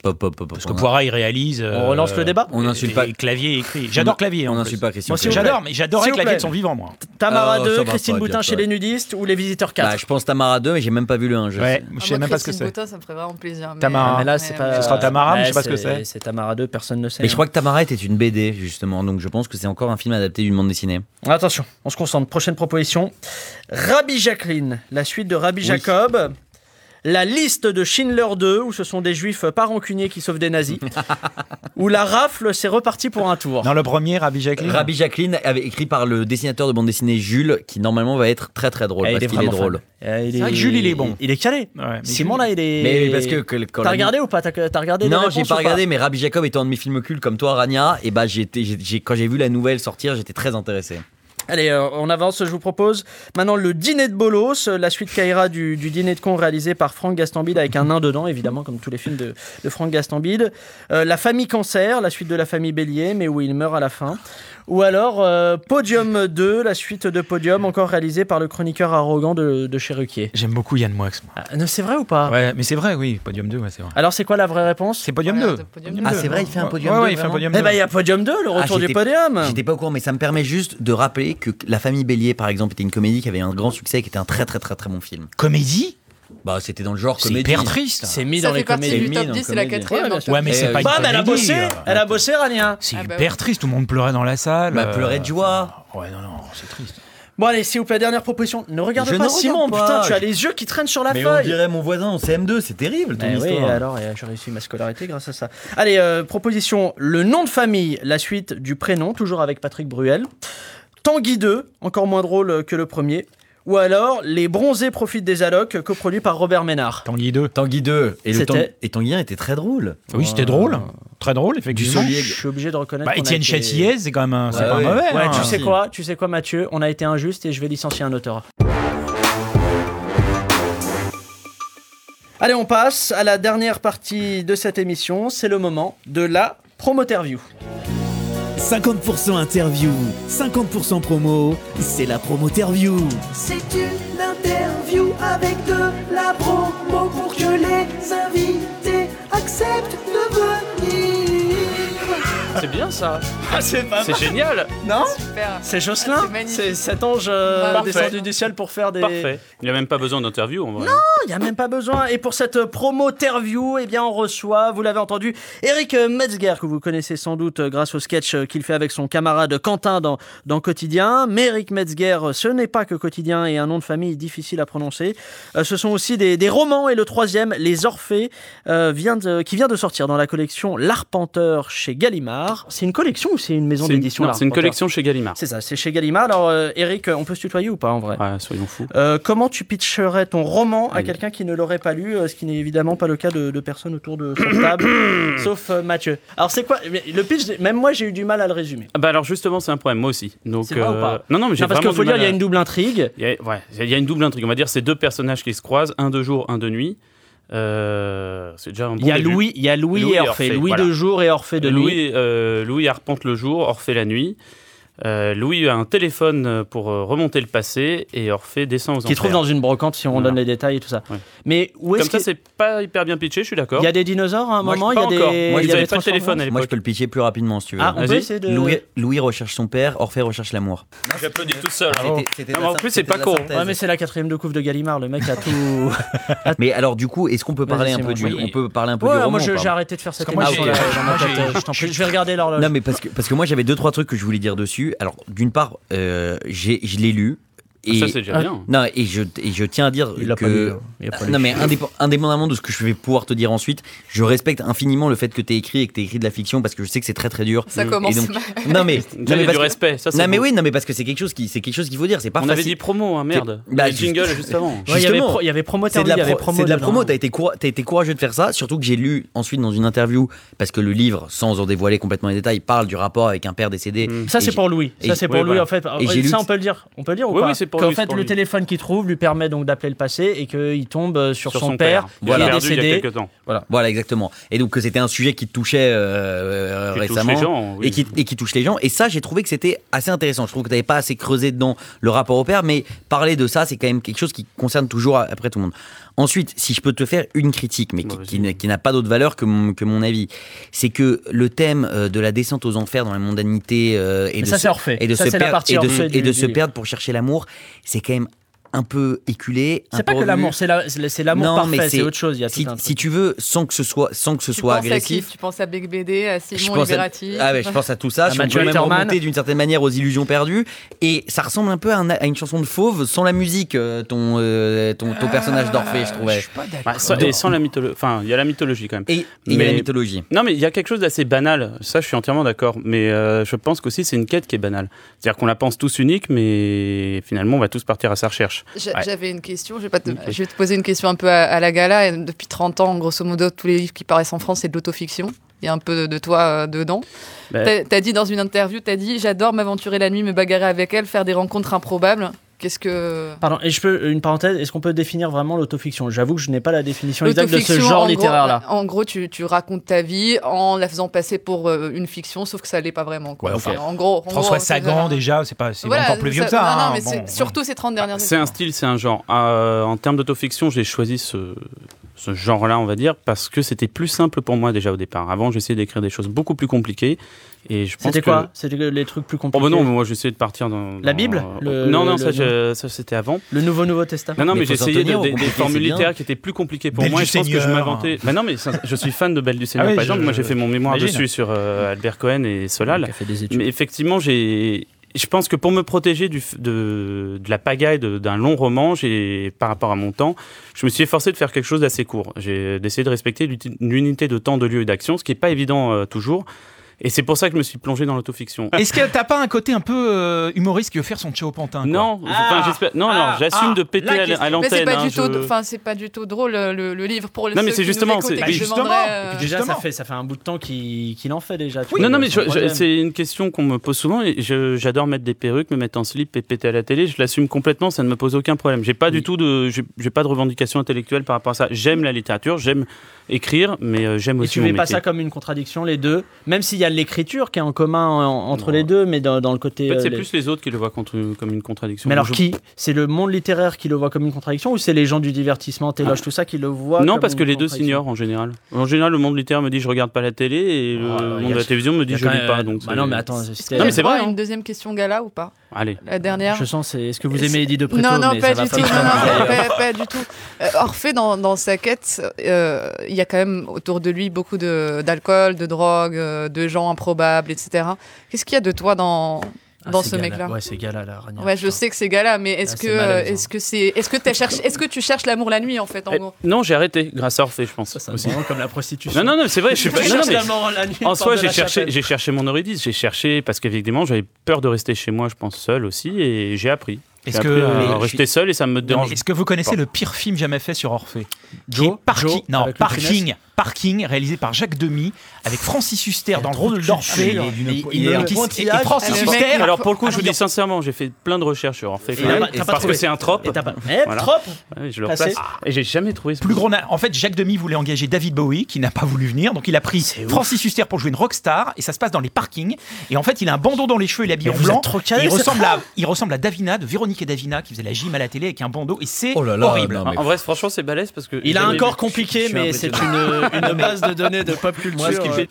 S4: Pop, pop, pop,
S6: Parce que Poiret, il réalise. euh,
S2: On relance le débat
S4: On insulte pas.
S6: Clavier écrit. J'adore Clavier.
S4: On
S6: en
S4: n'insulte
S6: plus.
S4: pas Christian.
S6: Moi,
S4: Clavier.
S6: J'adore, mais j'adorais
S2: S'il vous
S6: Clavier
S2: plaît.
S6: de son vivant, moi.
S2: Tamara
S4: Oh, ça
S2: 2,
S4: va
S2: Christine
S4: pas,
S2: Boutin
S4: bien
S2: chez
S4: sûr.
S2: les nudistes ou Les Visiteurs 4
S4: Bah, je pense Tamara 2, mais j'ai même pas vu le 1. Je
S6: Ouais,
S4: sais.
S6: je sais même pas ce que c'est.
S5: Boutin, ça me ferait vraiment plaisir. mais,
S6: Tamara.
S5: euh,
S2: Mais là, c'est
S5: mais,
S2: pas.
S5: euh,
S6: Ce sera Tamara, mais je sais pas ce que c'est.
S2: C'est Tamara 2, personne ne sait. hein.
S4: Mais je crois que Tamara était une BD, justement. Donc, je pense que c'est encore un film adapté d'une bande dessinée.
S2: hein. Attention, on se concentre. Prochaine proposition. Rabbi Jacqueline, la suite de Rabbi Jacob. La liste de Schindler 2, où ce sont des juifs pas rancuniers qui sauvent des nazis, où la rafle, c'est reparti pour un tour.
S6: Dans le premier, Rabbi Jacqueline.
S4: Rabbi Jacqueline, avait écrit par le dessinateur de bande dessinée Jules, qui normalement va être très très drôle
S2: Eh, il est
S4: parce qu'il est
S2: vraiment fan.
S4: drôle.
S2: Eh, il
S6: C'est vrai que Jules, il est bon.
S2: Il est calé. Simon, là, il est.
S4: Mais oui, parce que- que- quand
S2: T'as
S4: la-
S2: regardé ou pas T'as t'as regardé les
S4: Non,
S2: réponses
S4: j'ai
S2: ou
S4: pas regardé, mais Rabbi Jacob étant un de mes films cultes comme toi, Rania, et bah j'étais, j'ai- j'ai- quand j'ai vu la nouvelle sortir, j'étais très intéressé.
S2: Allez, euh, on avance, je vous propose maintenant le dîner de Bolos, euh, la suite Kaira du, du dîner de con réalisé par Franck Gastambide avec un nain dedans, évidemment, comme tous les films de, de Franck Gastambide. Euh, la famille Cancer, la suite de la famille Bélier, mais où il meurt à la fin. Ou alors euh, Podium 2, la suite de Podium, encore réalisée par le chroniqueur arrogant de, de chez Ruquier.
S6: J'aime beaucoup Yann Moix. moi.
S2: non, c'est vrai ou pas
S6: Ouais, mais c'est vrai, oui. Podium 2, ouais, c'est vrai.
S5: Ah,
S2: Alors, c'est quoi la vraie réponse
S6: C'est Podium 2.
S4: Ah, c'est vrai, il fait un podium
S6: Ouais,
S4: 2.
S6: ouais, il fait un podium 2.
S2: Eh ben, il y a Podium 2, le retour du podium.
S4: Ah, J'étais pas au courant, mais ça me permet juste de rappeler que La famille Bélier, par exemple, était une comédie qui avait un grand succès, qui était un très très très très bon film.
S6: Comédie
S4: Bah, c'était dans le genre
S6: C'est
S4: comédie.
S6: hyper triste.
S2: C'est mis
S5: Ça fait partie du top 10, c'est la quatrième.
S2: Ouais,
S5: dans
S2: bien
S5: le
S2: sûr.
S5: top
S6: Ouais, mais
S5: 10.
S6: c'est pas une
S2: Bam, Bah, elle a
S6: comédie,
S2: bossé
S6: euh.
S2: Elle a bossé, Rania
S6: C'est
S5: Ah bah
S6: hyper
S5: oui.
S6: triste, tout le monde pleurait dans la salle.
S4: Bah,
S6: euh,
S4: pleurait de joie.
S6: Ouais, non, non, c'est triste.
S2: Bon, allez, s'il vous plaît, dernière proposition. Ne regarde
S4: Je
S2: pas
S4: ne
S2: Simon,
S4: regarde
S2: putain,
S4: pas.
S2: tu as les yeux qui traînent sur la
S4: Mais on
S2: feuille.
S4: dirait mon voisin en CM2, c'est terrible ton
S2: Eh oui,
S4: histoire.
S2: alors euh, j'ai réussi ma scolarité grâce à ça. Allez, euh, proposition le nom de famille, la suite du prénom, toujours avec Patrick Bruel. Tanguy 2, encore moins drôle que le premier. Ou alors Les Bronzés profitent des allocs, coproduit par Robert Ménard.
S6: Tanguy 2.
S4: Tanguy 2 et le
S2: C'était-
S4: Tang- et Tanguy 1 était très drôle.
S6: Oui, c'était drôle. Très drôle,
S4: Du
S6: effectivement.
S2: Je
S4: Solier.
S2: suis obligé de reconnaître.
S6: Bah,
S2: qu'on a
S6: Étienne
S2: été-
S6: Châtilliez, c'est quand même un- c'est
S4: Ouais,
S6: pas
S4: ouais.
S6: mauvais.
S2: Bah Ouais,
S6: hein.
S2: tu sais
S4: si.
S2: quoi, tu sais quoi, Mathieu, on a été injuste et je vais licencier un auteur. Allez, on passe à la dernière partie de cette émission. C'est le moment de la promoterview.
S14: 50% interview, 50% promo, c'est la promoterview.
S9: C'est une interview avec de la promo pour que les invités acceptent de venir.
S2: C'est bien ça. c'est génial.
S9: Non
S5: Super.
S2: C'est Jocelyn. C'est cet ange euh,
S5: Parfait.
S2: descendu du ciel pour faire des.
S15: Parfait. Il n'y a même pas besoin d'interview en vrai.
S2: Non, il n'y a même pas besoin. Et pour cette promo interview, eh bien, on reçoit, vous l'avez entendu, Eric Metzger, que vous connaissez sans doute euh, grâce au sketch euh, qu'il fait avec son camarade Quentin dans, dans Quotidien. Mais Eric Metzger, euh, ce n'est pas que Quotidien et un nom de famille difficile à prononcer. Euh, ce sont aussi des, des romans. Et le troisième, Les Orphées, euh, vient de- qui vient de sortir dans la collection L'Arpenteur chez Gallimard. C'est une collection ou c'est une maison
S15: C'est une-
S2: d'édition
S15: non, c'est une
S2: L'Arpenteur
S15: collection chez Gallimard.
S2: C'est ça, c'est chez Gallimard. Alors, euh, Eric, on peut se tutoyer ou pas en vrai
S15: Ouais, soyons fous.
S2: euh, comment tu pitcherais ton roman à quelqu'un qui ne l'aurait pas lu, euh, ce qui n'est évidemment pas le cas de, de personnes autour de son table, sauf euh, Mathieu. Alors c'est quoi mais Le pitch, même moi j'ai eu du mal à le résumer.
S15: Ah Bah alors justement, c'est un problème, moi aussi. Donc, euh,
S2: C'est vrai ou pas
S15: Non, non, mais j'ai
S2: parce qu'il
S15: vraiment
S2: faut
S15: du
S2: dire,
S15: mal
S2: il y a
S15: à-
S2: une double intrigue.
S15: Il y a, ouais, il y a une double intrigue. On va dire c'est deux personnages qui se croisent, un de jour, un de nuit. Euh, c'est déjà un bon
S2: Il y a
S15: début.
S2: Louis, il y a Louis, et Orphée. Louis
S15: voilà.
S2: de jour et Orphée de nuit.
S15: Louis, euh, Louis arpente le jour, Orphée la nuit. Euh, Louis a un téléphone pour euh, remonter le passé et Orphée descend aux
S2: Qui trouve dans une brocante si on donne les détails et tout ça. Mais où
S15: Comme
S2: est-ce
S15: ça,
S2: que
S15: c'est pas hyper bien pitché, je suis d'accord.
S2: il y a des dinosaures à un
S15: Moi, je-
S2: moment Il y
S15: pas
S2: a
S15: encore.
S2: des.
S15: Moi,
S2: il y
S15: j'avais
S2: a des
S15: pas de téléphone
S2: transformations
S15: à
S4: Moi, je peux le pitcher plus rapidement si tu veux.
S2: Ah, on peut
S15: Vas-y.
S2: essayer de-
S4: Louis, Louis recherche son père, Orphée recherche l'amour.
S15: J'applaudis tout seul.
S4: Ah, c'était- c'était
S15: Non, mais en
S4: la
S15: plus,
S4: sor-
S15: c'est
S4: c'était
S15: pas
S4: la
S15: con.
S4: synthèse.
S2: Ouais, mais c'est la quatrième de couvre de Gallimard. Le mec a tout.
S4: Mais alors, du coup, est-ce qu'on peut parler un
S2: Vas-y,
S4: peu du,
S2: Simon, oui.
S4: on peut parler un peu
S2: Ouais,
S4: du roman
S2: moi
S4: ou
S2: je-
S4: pas
S2: j'ai arrêté de faire cette
S4: Parce que moi,
S2: émission.
S4: j'ai-
S2: là,
S4: j'ai-
S2: Jean-Marc, euh, je vais regarder l'horloge.
S4: Non, mais parce que, parce que moi j'avais deux trois trucs que je voulais dire dessus. Alors d'une part, euh, j'ai- je l'ai lu. Et,
S15: Ah,
S4: Ah.
S15: Ça, c'est déjà bien.
S4: Non, et je, et je tiens à dire
S2: Il l'a
S4: que.
S2: pas lu, hein. Il a pas lu.
S4: non, mais indép- indépendamment de ce que je vais pouvoir te dire ensuite, je respecte infiniment le fait que tu écrit et que tu écrit de la fiction parce que je sais que c'est très très dur.
S5: Ça
S4: Et
S5: commence
S4: donc-
S5: mal.
S4: Non, mais.
S15: Déjà,
S4: non,
S15: il y a
S4: mais
S15: du
S4: parce que-
S15: respect, ça, c'est
S4: Non, mais
S15: bon.
S4: oui, non, mais parce que c'est quelque chose qui- c'est quelque chose qu'il faut dire. C'est pas
S15: On avait
S4: facile.
S15: dit promo, hein, merde.
S4: C'est- bah,
S15: Le jingle,
S4: juste-
S15: juste avant.
S2: Ouais, il y avait
S4: Justement.
S2: pro- il y avait promo
S4: C'est de la,
S2: terminé, il y
S4: pro-
S2: avait promo
S4: c'est de la
S2: dedans.
S4: promo, t'as été, coura- t'as été courageux de faire ça, surtout que j'ai lu ensuite dans une interview, parce que le livre, sans en dévoiler complètement les détails, parle du rapport avec un père décédé.
S2: Ça
S4: Et
S2: c'est
S4: j'ai-
S2: pour Louis.
S4: et-
S2: Ça c'est pour
S4: oui,
S2: Louis
S4: voilà.
S2: en fait.
S4: Et j'ai lu-
S2: ça on peut le dire. On peut le dire ou
S15: Oui,
S2: pas
S15: oui, c'est pour
S2: Qu'en
S15: lui, c'est
S2: fait
S15: pour
S2: le
S15: lui.
S2: téléphone qu'il trouve lui permet donc d'appeler le passé et qu'il tombe euh, sur, son, père, qui
S15: Voilà.
S2: est
S15: perdu il y a
S2: décédé.
S15: quelques temps.
S4: Voilà. Voilà, exactement. Et donc que c'était un sujet qui touchait euh, euh,
S15: Qui touche
S4: récemment
S15: les gens, oui.
S4: et, qui, et qui touche les gens. Et ça, j'ai trouvé que c'était assez intéressant. Je trouve que t'avais pas assez creusé dedans le rapport au père, mais parler de ça, c'est quand même quelque chose qui concerne toujours après tout le monde. Ensuite, si je peux te faire une critique,
S15: Bah,
S4: mais qui- qui, n'a- qui n'a pas d'autre valeur que mon, que mon avis, c'est que le thème euh, de la descente aux enfers dans la mondanité euh, et,
S2: Mais
S4: de
S2: ça,
S4: se-
S2: c'est Orphée.
S4: et de
S2: Ça,
S4: se
S2: c'est la
S4: perdre
S2: partie
S4: et de
S2: Orphée
S4: se-
S2: du-
S4: et de
S2: du
S4: se
S2: livre.
S4: perdre pour chercher l'amour, c'est quand même un peu éculé. un
S2: C'est pas que
S4: peu revenu.
S2: l'amour, c'est la- c'est- c'est l'amour
S4: Non,
S2: parfait,
S4: mais
S2: c'est autre chose. Il y a
S4: si,
S2: tout un truc.
S4: si tu veux, sans que ce soit, sans que ce
S5: Tu
S4: soit
S5: penses à qui
S4: agressif.
S5: Tu penses à Big BD, à Simon
S4: pense à,
S5: Liberati
S4: ah ouais, je pense à tout ça.
S2: À
S4: je
S2: Mathieu
S4: peux même
S2: Alterman.
S4: remonter d'une certaine manière aux illusions perdues. Et ça ressemble un peu à, un- à une chanson de fauve sans la musique, euh, ton, euh, ton, ton personnage d'Orphée, Ah, je trouvais.
S15: Ouais, Bah, sans- et sans la mythologie. Enfin, il y a la mythologie quand même.
S4: Et il y a la mythologie.
S15: Non, mais il y a quelque chose d'assez banal. Ça, je suis entièrement d'accord. Mais euh, je pense qu'aussi, c'est une quête qui est banale. C'est-à-dire qu'on la pense tous unique, mais finalement, on va tous partir à sa recherche.
S5: J'a-
S15: Ouais.
S5: J'avais une question, je vais, pas te,
S15: Ok.
S5: je vais te poser une question un peu à, à la gala. Et Depuis 30 ans, grosso modo, tous les livres qui paraissent en France, c'est de l'autofiction. Il y a un peu de, de toi euh, dedans.
S15: Bah.
S5: T'as- T'as dit dans une interview, t'as dit J'adore m'aventurer la nuit, me bagarrer avec elle, faire des rencontres improbables. Qu'est-ce que.
S2: Pardon, et je peux une parenthèse, est-ce qu'on peut définir vraiment l'autofiction J'avoue que je n'ai pas la définition exacte de ce
S5: L'autofiction, en
S2: genre
S5: gros, bah,
S2: littéraire-là.
S5: En gros, tu, tu racontes ta vie en la faisant passer pour euh, une fiction, sauf que ça l'est pas vraiment. quoi.
S6: Ouais, enfin,
S5: en gros, en
S6: François
S5: gros, c'est-
S6: Sagan, déjà, c'est pas, c'est
S5: Voilà,
S6: encore plus vieux que ça.
S5: Non, non,
S6: hein,
S5: mais
S6: bon.
S5: c'est- surtout ces 30 dernières
S15: C'est un style, c'est un genre. Euh, en termes d'autofiction, j'ai choisi ce, ce genre-là, on va dire, parce que c'était plus simple pour moi déjà au départ. Avant, j'essayais d'écrire des choses beaucoup plus compliquées. Et je pense
S2: C'était
S15: que-
S2: quoi C'était les trucs plus compliqués
S15: Oh bah non, moi j'essayais de partir dans.
S2: La
S15: dans-
S2: Bible Le-
S15: Non, non,
S2: le-
S15: ça,
S2: le-
S15: je- euh, ça, c'était avant.
S2: Le Nouveau Nouveau Testament
S15: Non, non, mais,
S2: j'ai
S15: j'essayais
S2: essayé
S15: de- des, des formules littéraires qui étaient plus compliquées pour
S2: Belle
S15: moi.
S2: du
S15: et je pense que je
S2: Seigneur.
S15: m'inventais. Bah non, mais ça- je suis fan de Belle du Seigneur,
S2: Ah oui,
S15: par
S2: je-
S15: exemple. Moi, j'ai fait mon mémoire
S2: j'imagine.
S15: dessus sur euh, Albert Cohen et Solal.
S2: Qui a fait des études.
S15: Mais effectivement, j'ai. Je pense que pour me protéger du, f- de, de la pagaille de- d'un long roman, j'ai, par rapport à mon temps, je me suis efforcé de faire quelque chose d'assez court. J'ai d'essayer de respecter l'uti- l'unité de temps, de lieu et d'action, ce qui n'est pas évident euh, toujours. Et c'est pour ça que je me suis plongé dans l'autofiction.
S6: Est-ce que t'as pas un côté un peu euh, humoriste qui veut faire son Tchao Pantin
S15: Non,
S5: Ah.
S15: enfin, j'espère- non, non, j'assume de péter à l- à l'antenne.
S5: Mais c'est pas,
S15: hein,
S5: du tout,
S15: je-
S5: enfin, c'est pas du tout drôle euh, le, le livre pour les
S15: Non, mais
S5: ceux
S15: c'est
S5: qui
S15: justement,
S5: nous écoutent et qui
S15: c'est- Bah,
S5: se
S15: justement.
S5: demanderaient, euh,
S2: Et puis déjà, ça fait, ça fait un bout de temps qu'il qu'il en fait déjà. tu vois,
S15: non, non, mais je-
S2: sans
S15: je-
S2: problème.
S15: c'est une question qu'on me pose souvent. et je- J'adore mettre des perruques, me mettre en slip et péter à la télé. Je l'assume complètement, ça ne me pose aucun problème. J'ai pas du tout de, j'ai j'ai pas de revendication intellectuelle par rapport à ça. J'aime la littérature, j'aime écrire, mais euh, j'aime
S2: Et
S15: aussi
S2: tu
S15: mon
S2: mets pas
S15: métier.
S2: ça comme une contradiction, les deux Même s'il y a l'écriture qui est en commun euh, en- entre les deux, mais dans, dans le côté.
S15: En fait,
S2: euh,
S15: c'est
S2: les-
S15: plus les autres qui le voient contre- comme une contradiction.
S2: Mais alors
S15: Je-
S2: qui C'est le monde littéraire qui le voit comme une contradiction ou c'est les gens du divertissement, téloge,
S15: Ah.
S2: tout ça qui le voient
S15: Non,
S2: comme
S15: parce que
S2: une
S15: les deux
S2: contradiction
S15: s'ignorent en général. En général, le monde littéraire me dit je regarde pas la télé et le
S2: alors, y
S15: monde
S2: a-
S15: de la télévision me
S2: y
S15: dit
S2: a
S15: je
S2: quand
S15: lis
S2: même-
S15: pas. Donc
S2: Bah
S15: c'est-
S2: non, mais attends,
S5: Est-ce qu'il
S15: non,
S5: y a
S15: mais c'est vrai. hein.
S5: une deuxième question gala ou pas
S15: Allez.
S5: La dernière
S2: Je sens, c'est. Est-ce que vous aimez Eddie de Pretto
S5: Non, non,
S2: mais
S5: pas
S2: ça
S5: du
S2: va
S5: tout. non,
S2: me
S5: non,
S2: convaincre.
S5: pas, pas du tout. Euh, Orphée, dans, dans sa quête, euh, il y a quand même autour de lui beaucoup de- d'alcool, de, drogue, euh, de gens improbables, etc. Qu'est-ce qu'il y a de toi dans,
S2: Ah,
S5: dans
S2: c'est
S5: ce
S2: Gala.
S5: mec-là
S2: Ouais, c'est Gala, là, Rania.
S5: Ouais, je sais que c'est gala, mais est-ce
S2: Ah,
S5: que
S2: c'est
S5: euh,
S2: malaise, hein. Euh,
S5: est-ce que c'est est-ce que t'as cherché est-ce que tu cherches l'amour la nuit en fait en
S15: Eh,
S5: gros
S15: Non, j'ai arrêté grâce à Orphée, je pense. aussi.
S2: vraiment comme la prostitution.
S15: Non, non, non, c'est vrai. Je suis pas.
S2: Tu
S15: non, non,
S2: cherches
S15: mais-
S2: l'amour la nuit,
S15: En
S2: porte
S15: soi,
S2: de
S15: j'ai
S2: la
S15: cherché,
S2: chapelle.
S15: j'ai cherché mon Eurydice. J'ai cherché parce qu'évidemment, j'avais peur de rester chez moi, je pense, seul aussi, et j'ai appris. J'ai
S6: Est-ce que-
S15: appris à
S6: Mais je
S15: rester seul et ça me dérange
S6: Est-ce que vous connaissez
S15: pas.
S6: le pire film jamais fait sur Orphée
S2: Joe
S6: Qui est Parking,
S2: Joe,
S6: non,
S2: avec le
S6: Parking,
S2: Funès
S6: Parking, réalisé par Jacques Demy, avec Francis Huster dans le rôle d'Orphée.
S15: culture.
S6: Et-
S15: Ah, Mais
S6: et-
S15: il est
S6: et-
S15: un
S6: qui- Et
S2: pointillage.
S6: et Francis
S2: Le mec,
S6: Huster.
S15: Alors pour le coup, je vous dis sincèrement, j'ai fait plein de recherches sur Orphée
S6: Ah, Et
S15: quand même,
S6: t'as pas- t'as pas
S15: parce
S6: trouvé.
S15: que c'est un trope.
S6: Et t'as pas- Eh, trope
S15: Ouais, Je le
S6: Placé.
S15: replace. Et j'ai jamais trouvé. ce-
S6: Ah, Plus gros, na- en fait, Jacques Demy voulait engager David Bowie, qui n'a pas voulu venir, donc il a pris Francis Huster pour jouer une rockstar, et ça se passe dans les parkings. Et en fait, il a un bandeau dans les cheveux, il est habillé
S2: Mais
S6: en
S2: vous
S6: blanc.
S2: êtes trop calés,
S6: et il
S2: c'est
S6: ressemble
S2: vrai
S6: à, il ressemble à Davina de Véronique et Davina, qui faisait la gym à la télé avec un bandeau, et c'est
S15: Oh
S2: Oh
S6: horrible.
S15: En- En vrai, franchement, c'est balèze parce que.
S2: Il a un
S15: j'avais-
S2: corps compliqué,
S15: Je suis
S2: mais c'est
S15: impressionné.
S2: une, une base de données de pop
S15: Moi, ce
S2: culture.
S15: qui me fait-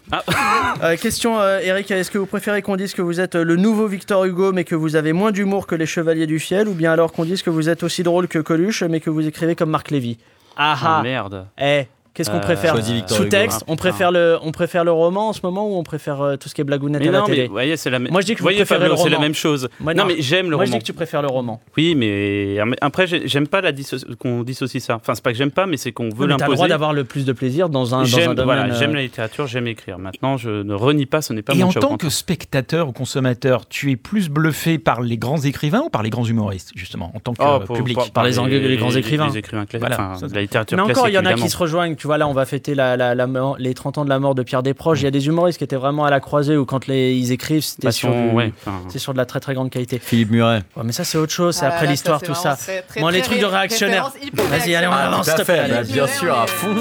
S2: Euh, question, euh, Eric, est-ce que vous préférez qu'on dise que vous êtes euh, le nouveau Victor Hugo, mais que vous avez moins d'humour que les Chevaliers du Fiel, ou bien alors qu'on dise que vous êtes aussi drôle que Coluche, mais que vous écrivez comme Marc Lévy Ah
S15: Ah,
S2: ah
S15: merde.
S2: Eh, qu'est-ce qu'on
S15: Euh,
S2: préfère
S15: choisis Victor
S2: Sous-texte,
S15: Hugo. hein. Ah.
S2: on préfère, le, on préfère le roman en ce moment, ou on préfère euh, tout ce qui est blagounette
S15: Mais
S2: à la
S15: non,
S2: télé
S15: mais voyez, c'est la même.
S2: Moi, je dis que vous
S15: voyez,
S2: préférez
S15: Fabio,
S2: le
S15: C'est la
S2: roman.
S15: même chose.
S2: Moi,
S15: non. mais j'aime le roman.
S2: Moi, je dis que tu préfères le roman.
S15: Oui, mais après, j'ai- j'aime pas la disso- qu'on dissocie ça. Enfin, c'est pas que j'aime pas, mais c'est qu'on veut
S2: Mais T'as le
S15: l'imposer.
S2: droit d'avoir le plus de plaisir dans un, dans un
S15: J'aime
S2: domaine.
S15: voilà,
S2: euh,
S15: j'aime la littérature, j'aime écrire. Maintenant, je ne renie pas, ce n'est pas
S6: Et
S15: mon
S6: en
S15: job.
S6: tant que spectateur ou consommateur, tu es plus bluffé par les grands écrivains ou par les grands humoristes, justement, en tant que
S15: Oh,
S6: euh,
S15: pour-
S6: public
S15: pour- par les Anglais, les grands écrivains. Les écrivains classiques, enfin,
S6: Ça, ça-
S15: de la littérature
S2: Mais encore, il y en a
S15: évidemment.
S2: qui se rejoignent. Tu vois, là, on va fêter la, la- la mort- les 30 ans de la mort de Pierre Desproges. Il y a des humoristes qui étaient vraiment à la croisée où quand les, ils écrivent, c'était
S15: Bah,
S2: sur,
S15: sont-
S2: du-
S15: ouais, enfin-
S2: c'est sur de la très très grande qualité.
S4: Philippe Muret.
S2: Ouais, mais ça, c'est autre chose. C'est
S5: Ah là
S2: après
S5: là,
S2: l'histoire,
S5: ça,
S2: tout
S5: c'est
S2: ça.
S5: vraiment très, très,
S2: Moi, les
S5: très
S2: trucs de
S5: ré-
S2: réactionnaire.
S5: référence hyper
S2: Vas-y, allez, on
S5: réactionnaire.
S2: avance,
S5: Ah,
S2: s'il
S5: tout
S2: te
S5: à
S2: plaît.
S5: fait, bah,
S2: allez.
S5: bien sûr, à
S14: fond.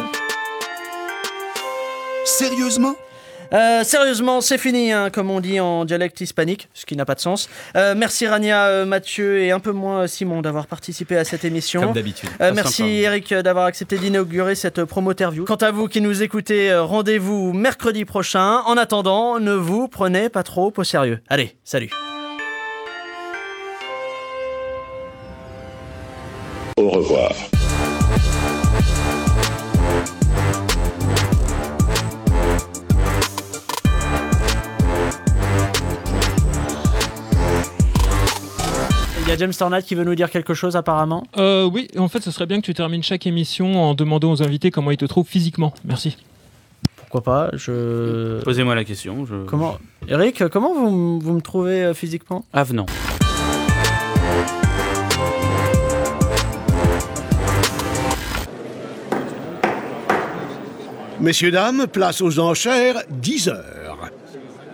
S2: Sérieusement Euh, Sérieusement, c'est fini, hein, comme on dit en dialecte hispanique, ce qui n'a pas de sens. Euh, merci Rania, euh, Mathieu et un peu moins euh, Simon d'avoir participé à cette émission.
S4: Comme d'habitude.
S2: Euh,
S4: Très
S2: merci
S4: sympa.
S2: Eric euh, d'avoir accepté d'inaugurer cette euh, promo-interview. Quant à vous qui nous écoutez, euh, rendez-vous mercredi prochain. En attendant, ne vous prenez pas trop au sérieux. Allez, salut
S16: Au revoir.
S2: Il y a James Tornad qui veut nous dire quelque chose apparemment.
S7: Euh, oui, en fait, ce serait bien que tu termines chaque émission en demandant aux invités comment ils te trouvent physiquement. Merci.
S2: Pourquoi pas Je.
S15: Posez-moi la question. je-
S2: Comment Eric, comment vous, m- vous me trouvez euh, physiquement
S15: Avenant.
S17: Messieurs, dames, place aux enchères, 10 heures.